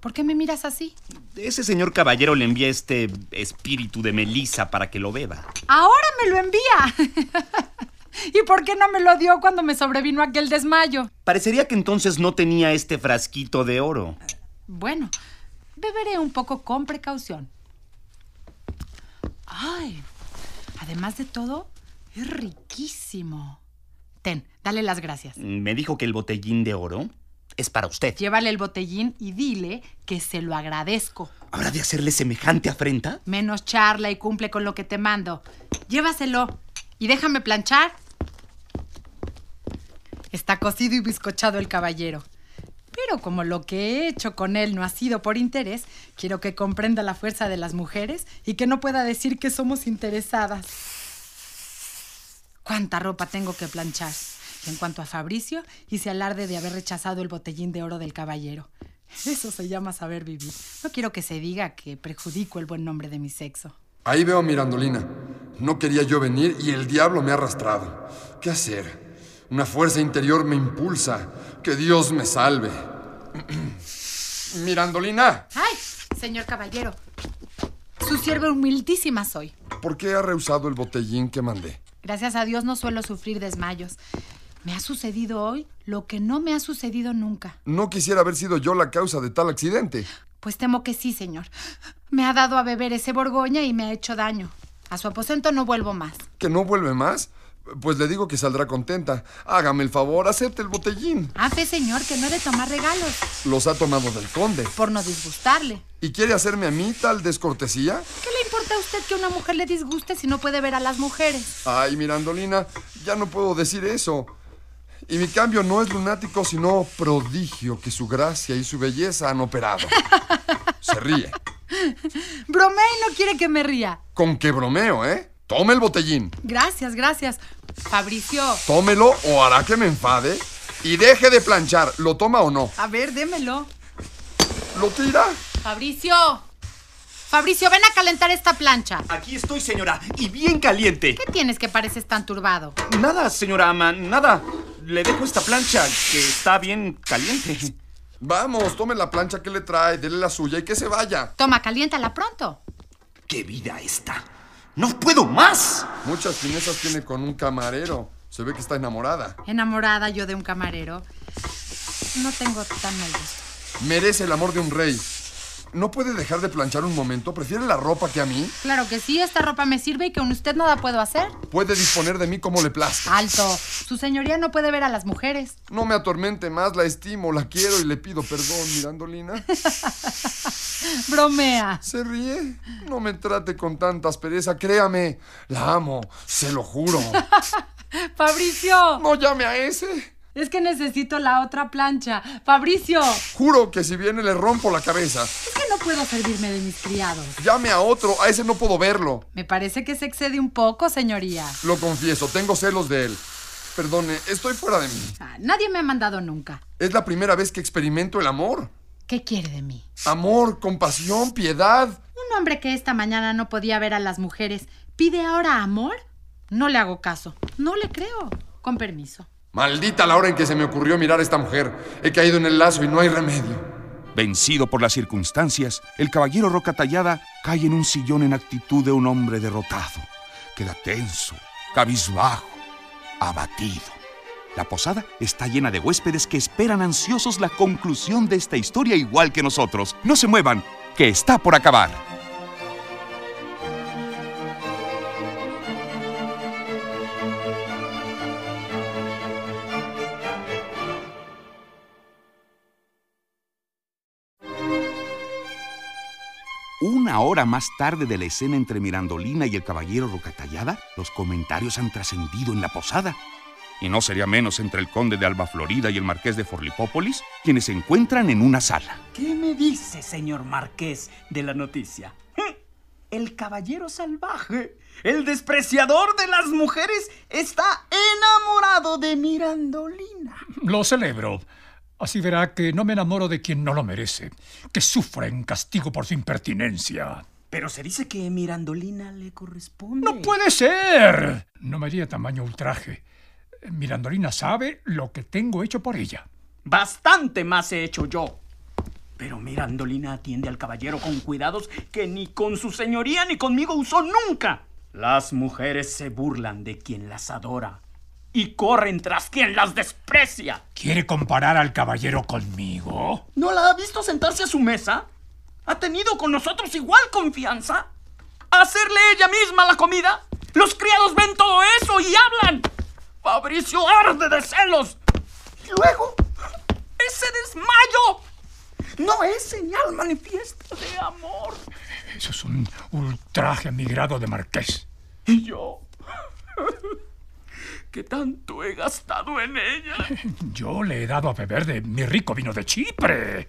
[SPEAKER 8] ¿Por qué me miras así?
[SPEAKER 7] Ese señor caballero le envía este espíritu de Melisa para que lo beba.
[SPEAKER 8] Ahora me lo envía. ¿Y por qué no me lo dio cuando me sobrevino aquel desmayo?
[SPEAKER 7] Parecería que entonces no tenía este frasquito de oro.
[SPEAKER 8] Bueno, beberé un poco con precaución. Ay, además de todo, es riquísimo. Ten, dale las gracias.
[SPEAKER 7] Me dijo que el botellín de oro es para usted.
[SPEAKER 8] Llévale el botellín y dile que se lo agradezco.
[SPEAKER 7] ¿Habrá de hacerle semejante afrenta?
[SPEAKER 8] Menos charla y cumple con lo que te mando. Llévaselo y déjame planchar. Está cocido y bizcochado el caballero. Pero como lo que he hecho con él no ha sido por interés, quiero que comprenda la fuerza de las mujeres y que no pueda decir que somos interesadas. ¿Cuánta ropa tengo que planchar? Y en cuanto a Fabricio, hice alarde de haber rechazado el botellín de oro del caballero. Eso se llama saber vivir. No quiero que se diga que perjudico el buen nombre de mi sexo.
[SPEAKER 1] Ahí veo a Mirandolina. No quería yo venir y el diablo me ha arrastrado. ¿Qué hacer? Una fuerza interior me impulsa. Que Dios me salve. Mirandolina,
[SPEAKER 8] ¡Ay, señor caballero! Su sierva humildísima soy.
[SPEAKER 1] ¿por qué ha rehusado el botellín que mandé?
[SPEAKER 8] Gracias a Dios no suelo sufrir desmayos. Me ha sucedido hoy lo que no me ha sucedido nunca.
[SPEAKER 1] No quisiera haber sido yo la causa de tal accidente.
[SPEAKER 8] Pues temo que sí, señor. Me ha dado a beber ese Borgoña y me ha hecho daño. A su aposento no vuelvo más.
[SPEAKER 1] ¿Que no vuelve más? Pues le digo que saldrá contenta. Hágame el favor, acepte el botellín.
[SPEAKER 8] Ah, fe, señor, que no he de tomar regalos,
[SPEAKER 1] Los ha tomado del conde.
[SPEAKER 8] por no disgustarle.
[SPEAKER 1] ¿Y quiere hacerme a mí tal descortesía?
[SPEAKER 8] ¿Qué le importa a usted que una mujer le disguste si no puede ver a las mujeres?
[SPEAKER 1] Ay, Mirandolina, ya no puedo decir eso. Y mi cambio no es lunático, sino prodigio que su gracia y su belleza han operado. Se ríe.
[SPEAKER 8] Bromea y no quiere que me ría.
[SPEAKER 1] Con que bromeo, ¿eh? Tome el botellín.
[SPEAKER 8] Gracias, gracias. Fabricio,
[SPEAKER 1] Tómelo o hará que me enfade. Y deje de planchar. ¿Lo toma o no?
[SPEAKER 8] a ver, démelo.
[SPEAKER 1] ¿Lo tira?
[SPEAKER 8] Fabricio. Fabricio, ven a calentar esta plancha.
[SPEAKER 7] Aquí estoy, señora, y bien caliente.
[SPEAKER 8] ¿Qué tienes que pareces tan turbado?
[SPEAKER 7] Nada, señora Ama, nada. Le dejo esta plancha, que está bien caliente.
[SPEAKER 1] Vamos, tome la plancha que le trae, dele la suya y que se vaya.
[SPEAKER 8] Toma, caliéntala pronto.
[SPEAKER 7] ¡Qué vida esta! ¡No puedo más!
[SPEAKER 1] Muchas finezas tiene con un camarero. Se ve que está enamorada.
[SPEAKER 8] Enamorada yo de un camarero. No tengo tan mal gusto.
[SPEAKER 1] Merece el amor de un rey. ¿No puede dejar de planchar un momento? ¿Prefiere la ropa que a mí?
[SPEAKER 8] Claro que sí, esta ropa me sirve y con usted nada puedo hacer.
[SPEAKER 1] Puede disponer de mí como le plazca.
[SPEAKER 8] Alto. Su señoría no puede ver a las mujeres.
[SPEAKER 1] No me atormente más, la estimo, la quiero y le pido perdón, Mirandolina.
[SPEAKER 8] Bromea.
[SPEAKER 1] ¿Se ríe? No me trate con tanta aspereza, créame. La amo, se lo juro.
[SPEAKER 8] Fabricio.
[SPEAKER 1] No llame a ese.
[SPEAKER 8] Es que necesito la otra plancha. Fabricio. Es
[SPEAKER 1] Juro que si viene le rompo la cabeza.
[SPEAKER 8] que no puedo servirme de mis criados.
[SPEAKER 1] Llame a otro, a ese no puedo verlo.
[SPEAKER 8] Me parece que se excede un poco, señoría.
[SPEAKER 1] Lo confieso, tengo celos de él. Perdone, estoy fuera de mí.
[SPEAKER 8] Ah, Nadie me ha mandado nunca.
[SPEAKER 1] Es la primera vez que experimento el amor.
[SPEAKER 8] ¿Qué quiere de mí?
[SPEAKER 1] Amor, compasión, piedad.
[SPEAKER 8] Un hombre que esta mañana no podía ver a las mujeres pide ahora amor. No le hago caso. No le creo. Con permiso.
[SPEAKER 1] Maldita la hora en que se me ocurrió mirar a esta mujer. He caído en el lazo y no hay remedio.
[SPEAKER 4] Vencido por las circunstancias, el caballero Roca Tallada cae en un sillón en actitud de un hombre derrotado. Queda tenso, cabizbajo, abatido. La posada está llena de huéspedes que esperan ansiosos la conclusión de esta historia igual que nosotros. No se muevan, que está por acabar. Una hora más tarde de la escena entre Mirandolina y el caballero Rocatallada, los comentarios han trascendido en la posada. Y no sería menos entre el conde de Alba Florida y el marqués de Forlipópolis, quienes se encuentran en una sala.
[SPEAKER 6] ¿Qué me dice, señor Marqués, de la noticia? ¡Eh! El caballero salvaje, el despreciador de las mujeres, está enamorado de Mirandolina.
[SPEAKER 5] Lo celebro. Así verá que no me enamoro de quien no lo merece, que sufra en castigo por su impertinencia.
[SPEAKER 6] Pero se dice que Mirandolina le corresponde.
[SPEAKER 5] ¡No puede ser! No me haría tamaño ultraje. Eh, Mirandolina sabe lo que tengo hecho por ella.
[SPEAKER 6] Bastante más he hecho yo. Pero Mirandolina atiende al caballero con cuidados que ni con su señoría ni conmigo usó nunca. Las mujeres se burlan de quien las adora y corren tras quien las desprecia.
[SPEAKER 5] ¿Quiere comparar al caballero conmigo?
[SPEAKER 6] ¿No la ha visto sentarse a su mesa? ¿Ha tenido con nosotros igual confianza? ¿Hacerle ella misma la comida? Los criados ven todo eso y hablan. Fabricio arde de celos. Y luego, ese desmayo no es señal manifiesta de amor.
[SPEAKER 5] Eso es un ultraje a mi grado de marqués.
[SPEAKER 6] Y yo que tanto he gastado en ella.
[SPEAKER 5] Yo le he dado a beber de mi rico vino de Chipre.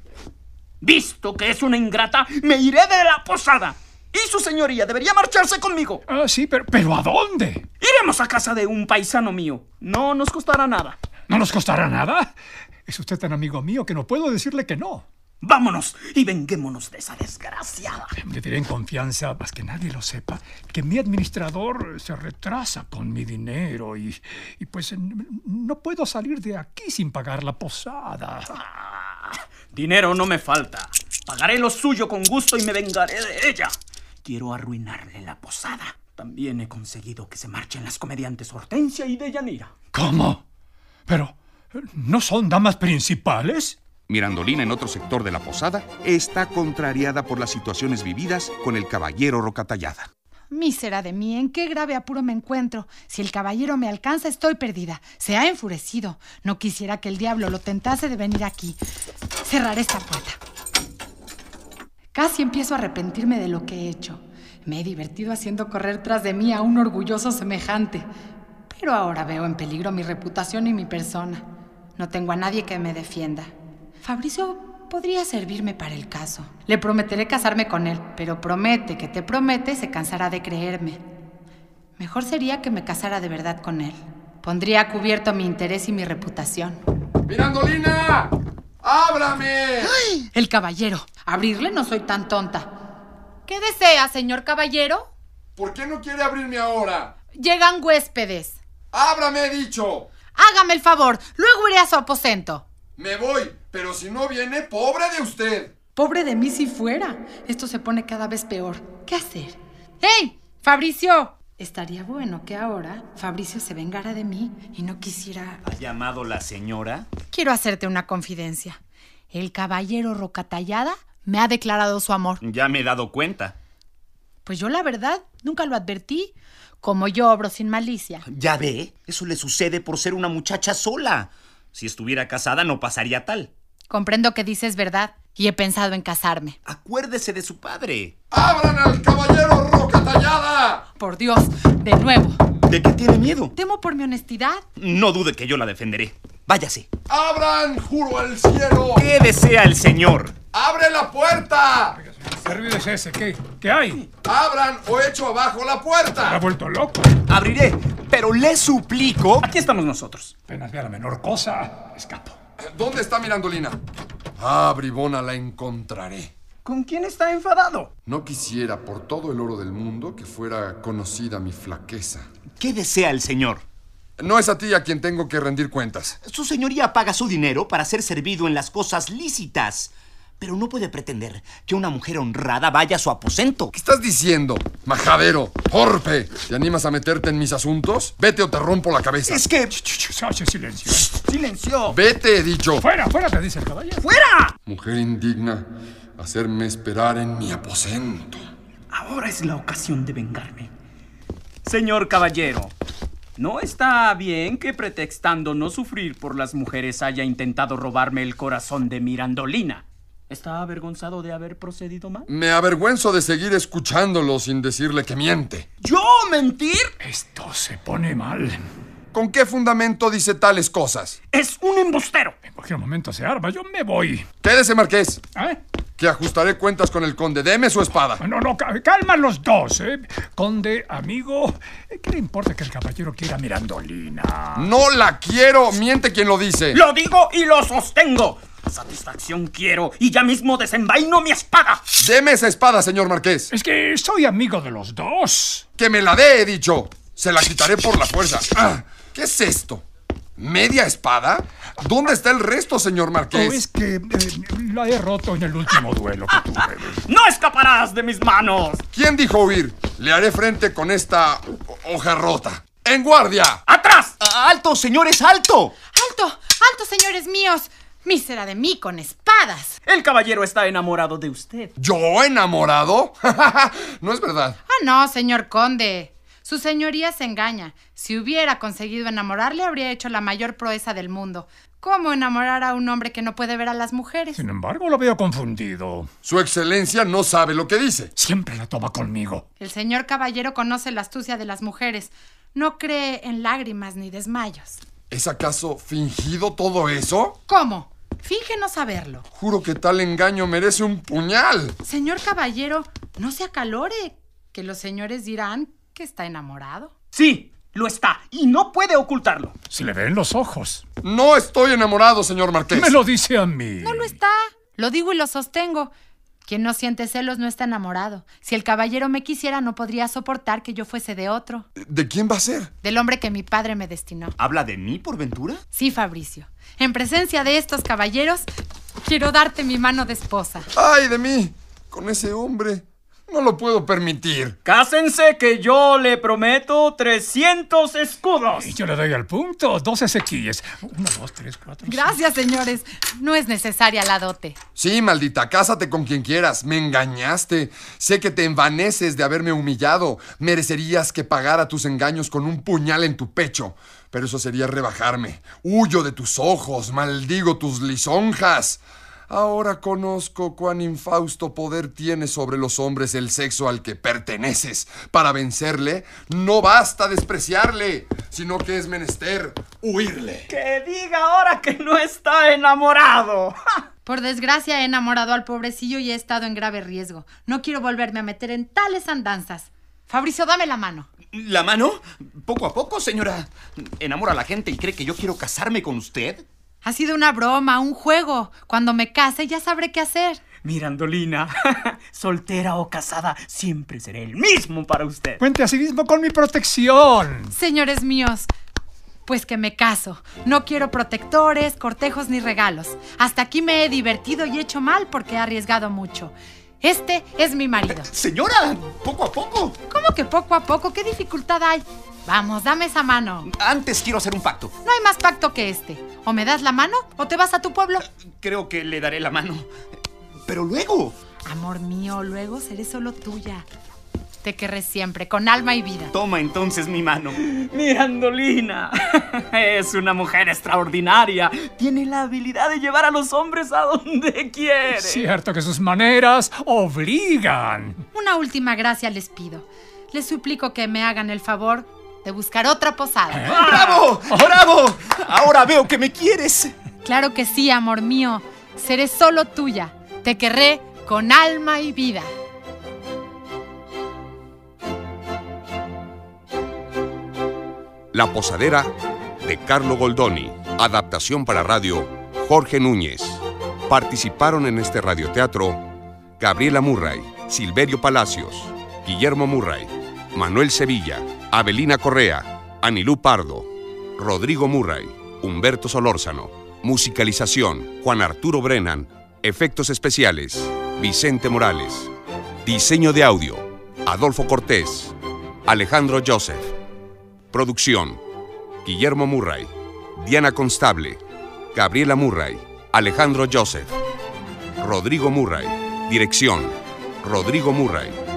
[SPEAKER 6] Visto que es una ingrata, me iré de la posada. Y su señoría debería marcharse conmigo.
[SPEAKER 5] Ah, sí, pero, pero ¿a dónde?
[SPEAKER 6] Iremos a casa de un paisano mío. No nos costará nada.
[SPEAKER 5] ¿No nos costará nada? Es usted tan amigo mío que no puedo decirle que no.
[SPEAKER 6] Vámonos y venguémonos de esa desgraciada.
[SPEAKER 5] Le diré en confianza, más que nadie lo sepa, que mi administrador se retrasa con mi dinero y, y pues n- no puedo salir de aquí sin pagar la posada.
[SPEAKER 6] Dinero no me falta. Pagaré lo suyo con gusto y me vengaré de ella. Quiero arruinarle la posada. También he conseguido que se marchen las comediantes Hortensia y Deyanira.
[SPEAKER 5] ¿Cómo? Pero, ¿no son damas principales?
[SPEAKER 4] Mirandolina, en otro sector de la posada, está contrariada por las situaciones vividas con el caballero Rocatallada.
[SPEAKER 8] Mísera de mí, en qué grave apuro me encuentro. Si el caballero me alcanza, estoy perdida. Se ha enfurecido. No quisiera que el diablo lo tentase de venir aquí. Cerraré esta puerta. Casi empiezo a arrepentirme de lo que he hecho. Me he divertido haciendo correr tras de mí a un orgulloso semejante. Pero ahora veo en peligro mi reputación y mi persona. No tengo a nadie que me defienda. Fabricio podría servirme para el caso. Le prometeré casarme con él, pero promete que te promete se cansará de creerme. Mejor sería que me casara de verdad con él. Pondría a cubierto mi interés y mi reputación.
[SPEAKER 11] ¡Mirandolina! ¡Ábrame!
[SPEAKER 8] El caballero. Abrirle no soy tan tonta. ¿Qué desea, señor caballero?
[SPEAKER 11] ¿Por qué no quiere abrirme ahora?
[SPEAKER 8] Llegan huéspedes.
[SPEAKER 11] ¡Ábrame, he dicho!
[SPEAKER 8] Hágame el favor, luego iré a su aposento.
[SPEAKER 11] Me voy, pero si no viene, pobre de usted.
[SPEAKER 8] Pobre de mí si fuera. Esto se pone cada vez peor. ¿Qué hacer? ¡Hey! ¡Fabricio! Estaría bueno que ahora Fabricio se vengara de mí y no quisiera...
[SPEAKER 7] ¿Ha llamado la señora?
[SPEAKER 8] Quiero hacerte una confidencia. El caballero Rocatallada me ha declarado su amor.
[SPEAKER 7] Ya me he dado cuenta.
[SPEAKER 8] Pues yo la verdad nunca lo advertí. Como yo obro sin malicia.
[SPEAKER 7] Ya ve, eso le sucede por ser una muchacha sola. Si estuviera casada no pasaría tal.
[SPEAKER 8] Comprendo que dices verdad y he pensado en casarme. Ah,
[SPEAKER 7] Acuérdese de su padre.
[SPEAKER 8] Por Dios, de nuevo.
[SPEAKER 7] ¿De qué tiene miedo?
[SPEAKER 8] Temo por mi honestidad.
[SPEAKER 7] No dude que yo la defenderé. Váyase.
[SPEAKER 11] ¡Abran, juro al cielo!
[SPEAKER 7] ¿Qué desea el señor?
[SPEAKER 11] ¡Abre la puerta!
[SPEAKER 5] ¿Qué ruido es ese? ¿Qué, qué hay?
[SPEAKER 11] ¡Abran o echo abajo la puerta!
[SPEAKER 5] ¿Ha vuelto loco?
[SPEAKER 7] Abriré, pero le suplico.
[SPEAKER 6] Aquí estamos nosotros.
[SPEAKER 5] Apenas vea la menor cosa. Escapo.
[SPEAKER 11] ¿Dónde está Mirandolina? Ah, bribona, la encontraré.
[SPEAKER 6] ¿Con quién está enfadado?
[SPEAKER 11] No quisiera por todo el oro del mundo que fuera conocida mi flaqueza.
[SPEAKER 7] ¿Qué desea el señor?
[SPEAKER 11] No es a ti a quien tengo que rendir cuentas.
[SPEAKER 7] Su señoría paga su dinero para ser servido en las cosas lícitas. Pero no puede pretender que una mujer honrada vaya a su aposento.
[SPEAKER 11] ¿Qué estás diciendo? Majadero, torpe. ¿Te animas a meterte en mis asuntos? Vete o te rompo la cabeza.
[SPEAKER 7] Es que...
[SPEAKER 5] Sache, silencio. ¿eh?
[SPEAKER 6] ¡Silencio!
[SPEAKER 11] Vete, he dicho.
[SPEAKER 5] Fuera, fuera, te dice el caballero.
[SPEAKER 6] ¡Fuera!
[SPEAKER 11] Mujer indigna, hacerme esperar en mi aposento.
[SPEAKER 6] Ahora es la ocasión de vengarme. Señor caballero, ¿no está bien que pretextando no sufrir por las mujeres haya intentado robarme el corazón de Mirandolina? ¿Está avergonzado de haber procedido mal?
[SPEAKER 11] Me avergüenzo de seguir escuchándolo sin decirle que miente.
[SPEAKER 6] ¿Yo mentir?
[SPEAKER 5] Esto se pone mal.
[SPEAKER 11] ¿Con qué fundamento dice tales cosas?
[SPEAKER 6] Es un embustero.
[SPEAKER 5] En cualquier momento se arma. Yo me voy.
[SPEAKER 11] Quédese, marqués,
[SPEAKER 5] ¿Eh?
[SPEAKER 11] que ajustaré cuentas con el conde. Deme su espada.
[SPEAKER 5] No, no, ca- calma los dos, ¿eh? Conde, amigo, ¿qué le importa que el caballero quiera Mirandolina?
[SPEAKER 11] No la quiero, miente quien lo dice.
[SPEAKER 6] Lo digo y lo sostengo. Satisfacción quiero y ya mismo desenvaino mi espada.
[SPEAKER 11] Deme esa espada, señor marqués.
[SPEAKER 5] Es que soy amigo de los dos.
[SPEAKER 11] Que me la dé, he dicho. Se la quitaré por la fuerza. Ah, ¿Qué es esto? ¿Media espada? ¿Dónde está el resto, señor
[SPEAKER 5] O es
[SPEAKER 11] marqués?
[SPEAKER 5] que eh, la he roto en el último duelo que tuve.
[SPEAKER 6] ¡No escaparás de mis manos!
[SPEAKER 11] ¿Quién dijo huir? Le haré frente con esta ho- hoja rota. ¡En guardia!
[SPEAKER 6] ¡Atrás!
[SPEAKER 7] ¡Alto, señores, alto!
[SPEAKER 8] ¡Alto! ¡Alto, señores míos! Mísera de mí con espadas.
[SPEAKER 6] El caballero está enamorado de usted.
[SPEAKER 11] ¿Yo enamorado? no es verdad.
[SPEAKER 8] Ah, no, señor conde. Su señoría se engaña. Si hubiera conseguido enamorarle, habría hecho la mayor proeza del mundo. ¿Cómo enamorar a un hombre que no puede ver a las mujeres?
[SPEAKER 5] Sin embargo, lo veo confundido.
[SPEAKER 1] Su excelencia no sabe lo que dice.
[SPEAKER 5] Siempre la toma conmigo.
[SPEAKER 8] El señor caballero conoce la astucia de las mujeres. No cree en lágrimas ni desmayos.
[SPEAKER 1] ¿Es acaso fingido todo eso?
[SPEAKER 8] ¿Cómo? Finge no saberlo.
[SPEAKER 1] Juro que tal engaño merece un puñal.
[SPEAKER 8] Señor caballero, no se acalore, que los señores dirán que está enamorado.
[SPEAKER 6] Sí, lo está y no puede ocultarlo.
[SPEAKER 5] Si le ven los ojos.
[SPEAKER 1] No estoy enamorado, señor Marqués.
[SPEAKER 5] Me lo dice a mí.
[SPEAKER 8] No lo está. Lo digo y lo sostengo. Quien no siente celos no está enamorado. Si el caballero me quisiera, no podría soportar que yo fuese de otro,
[SPEAKER 1] ¿De quién va a ser?
[SPEAKER 8] del hombre que mi padre me destinó.
[SPEAKER 7] ¿Habla de mí por ventura?
[SPEAKER 8] Sí, Fabricio. En presencia de estos caballeros, quiero darte mi mano de esposa.
[SPEAKER 1] ¡Ay de mí! Con ese hombre. No lo puedo permitir.
[SPEAKER 6] Cásense que yo le prometo 300 escudos.
[SPEAKER 5] Y yo le doy al punto. Dos sequillas. Uno, dos, tres, cuatro.
[SPEAKER 8] Gracias, señores. No es necesaria la dote.
[SPEAKER 1] Sí, maldita, cásate con quien quieras. Me engañaste. Sé que te envaneces de haberme humillado. Merecerías que pagara tus engaños con un puñal en tu pecho. Pero eso sería rebajarme. Huyo de tus ojos, maldigo tus lisonjas. Ahora conozco cuán infausto poder tiene sobre los hombres el sexo al que perteneces. Para vencerle, no basta despreciarle, sino que es menester huirle.
[SPEAKER 6] Que diga ahora que no está enamorado.
[SPEAKER 8] Por desgracia, he enamorado al pobrecillo y he estado en grave riesgo. No quiero volverme a meter en tales andanzas. Fabricio, dame la mano.
[SPEAKER 7] ¿La mano? Poco a poco, señora. ¿Enamora a la gente y cree que yo quiero casarme con usted?
[SPEAKER 8] Ha sido una broma, un juego. Cuando me case ya sabré qué hacer.
[SPEAKER 6] Mirandolina, soltera o casada, siempre seré el mismo para usted.
[SPEAKER 5] Cuente a sí mismo con mi protección.
[SPEAKER 8] Señores míos, pues que me caso. No quiero protectores, cortejos ni regalos. Hasta aquí me he divertido y hecho mal porque he arriesgado mucho. Este es mi marido.
[SPEAKER 7] Señora, poco a poco.
[SPEAKER 8] ¿Cómo que poco a poco? ¿Qué dificultad hay? Vamos, dame esa mano.
[SPEAKER 7] Antes quiero hacer un pacto.
[SPEAKER 8] No hay más pacto que este. O me das la mano o te vas a tu pueblo.
[SPEAKER 7] Creo que le daré la mano. Pero luego.
[SPEAKER 8] Amor mío, luego seré solo tuya. Te querré siempre, con alma y vida.
[SPEAKER 7] Toma entonces mi mano.
[SPEAKER 6] Mirandolina, es una mujer extraordinaria. Tiene la habilidad de llevar a los hombres a donde quiere.
[SPEAKER 5] Cierto que sus maneras obligan.
[SPEAKER 8] Una última gracia les pido. Les suplico que me hagan el favor de buscar otra posada.
[SPEAKER 7] ¿Eh? ¡Bravo! ¡Bravo! Ahora veo que me quieres.
[SPEAKER 8] Claro que sí, amor mío. Seré solo tuya. Te querré con alma y vida.
[SPEAKER 4] La posadera de Carlo Goldoni, adaptación para radio Jorge Núñez. Participaron en este radioteatro Gabriela Murray, Silverio Palacios, Guillermo Murray, Manuel Sevilla, Abelina Correa, Anilú Pardo, Rodrigo Murray, Humberto Solórzano. Musicalización Juan Arturo Brennan. Efectos especiales Vicente Morales. Diseño de audio Adolfo Cortés, Alejandro Joseph. Producción. Guillermo Murray, Diana Constable, Gabriela Murray, Alejandro Joseph, Rodrigo Murray. Dirección. Rodrigo Murray.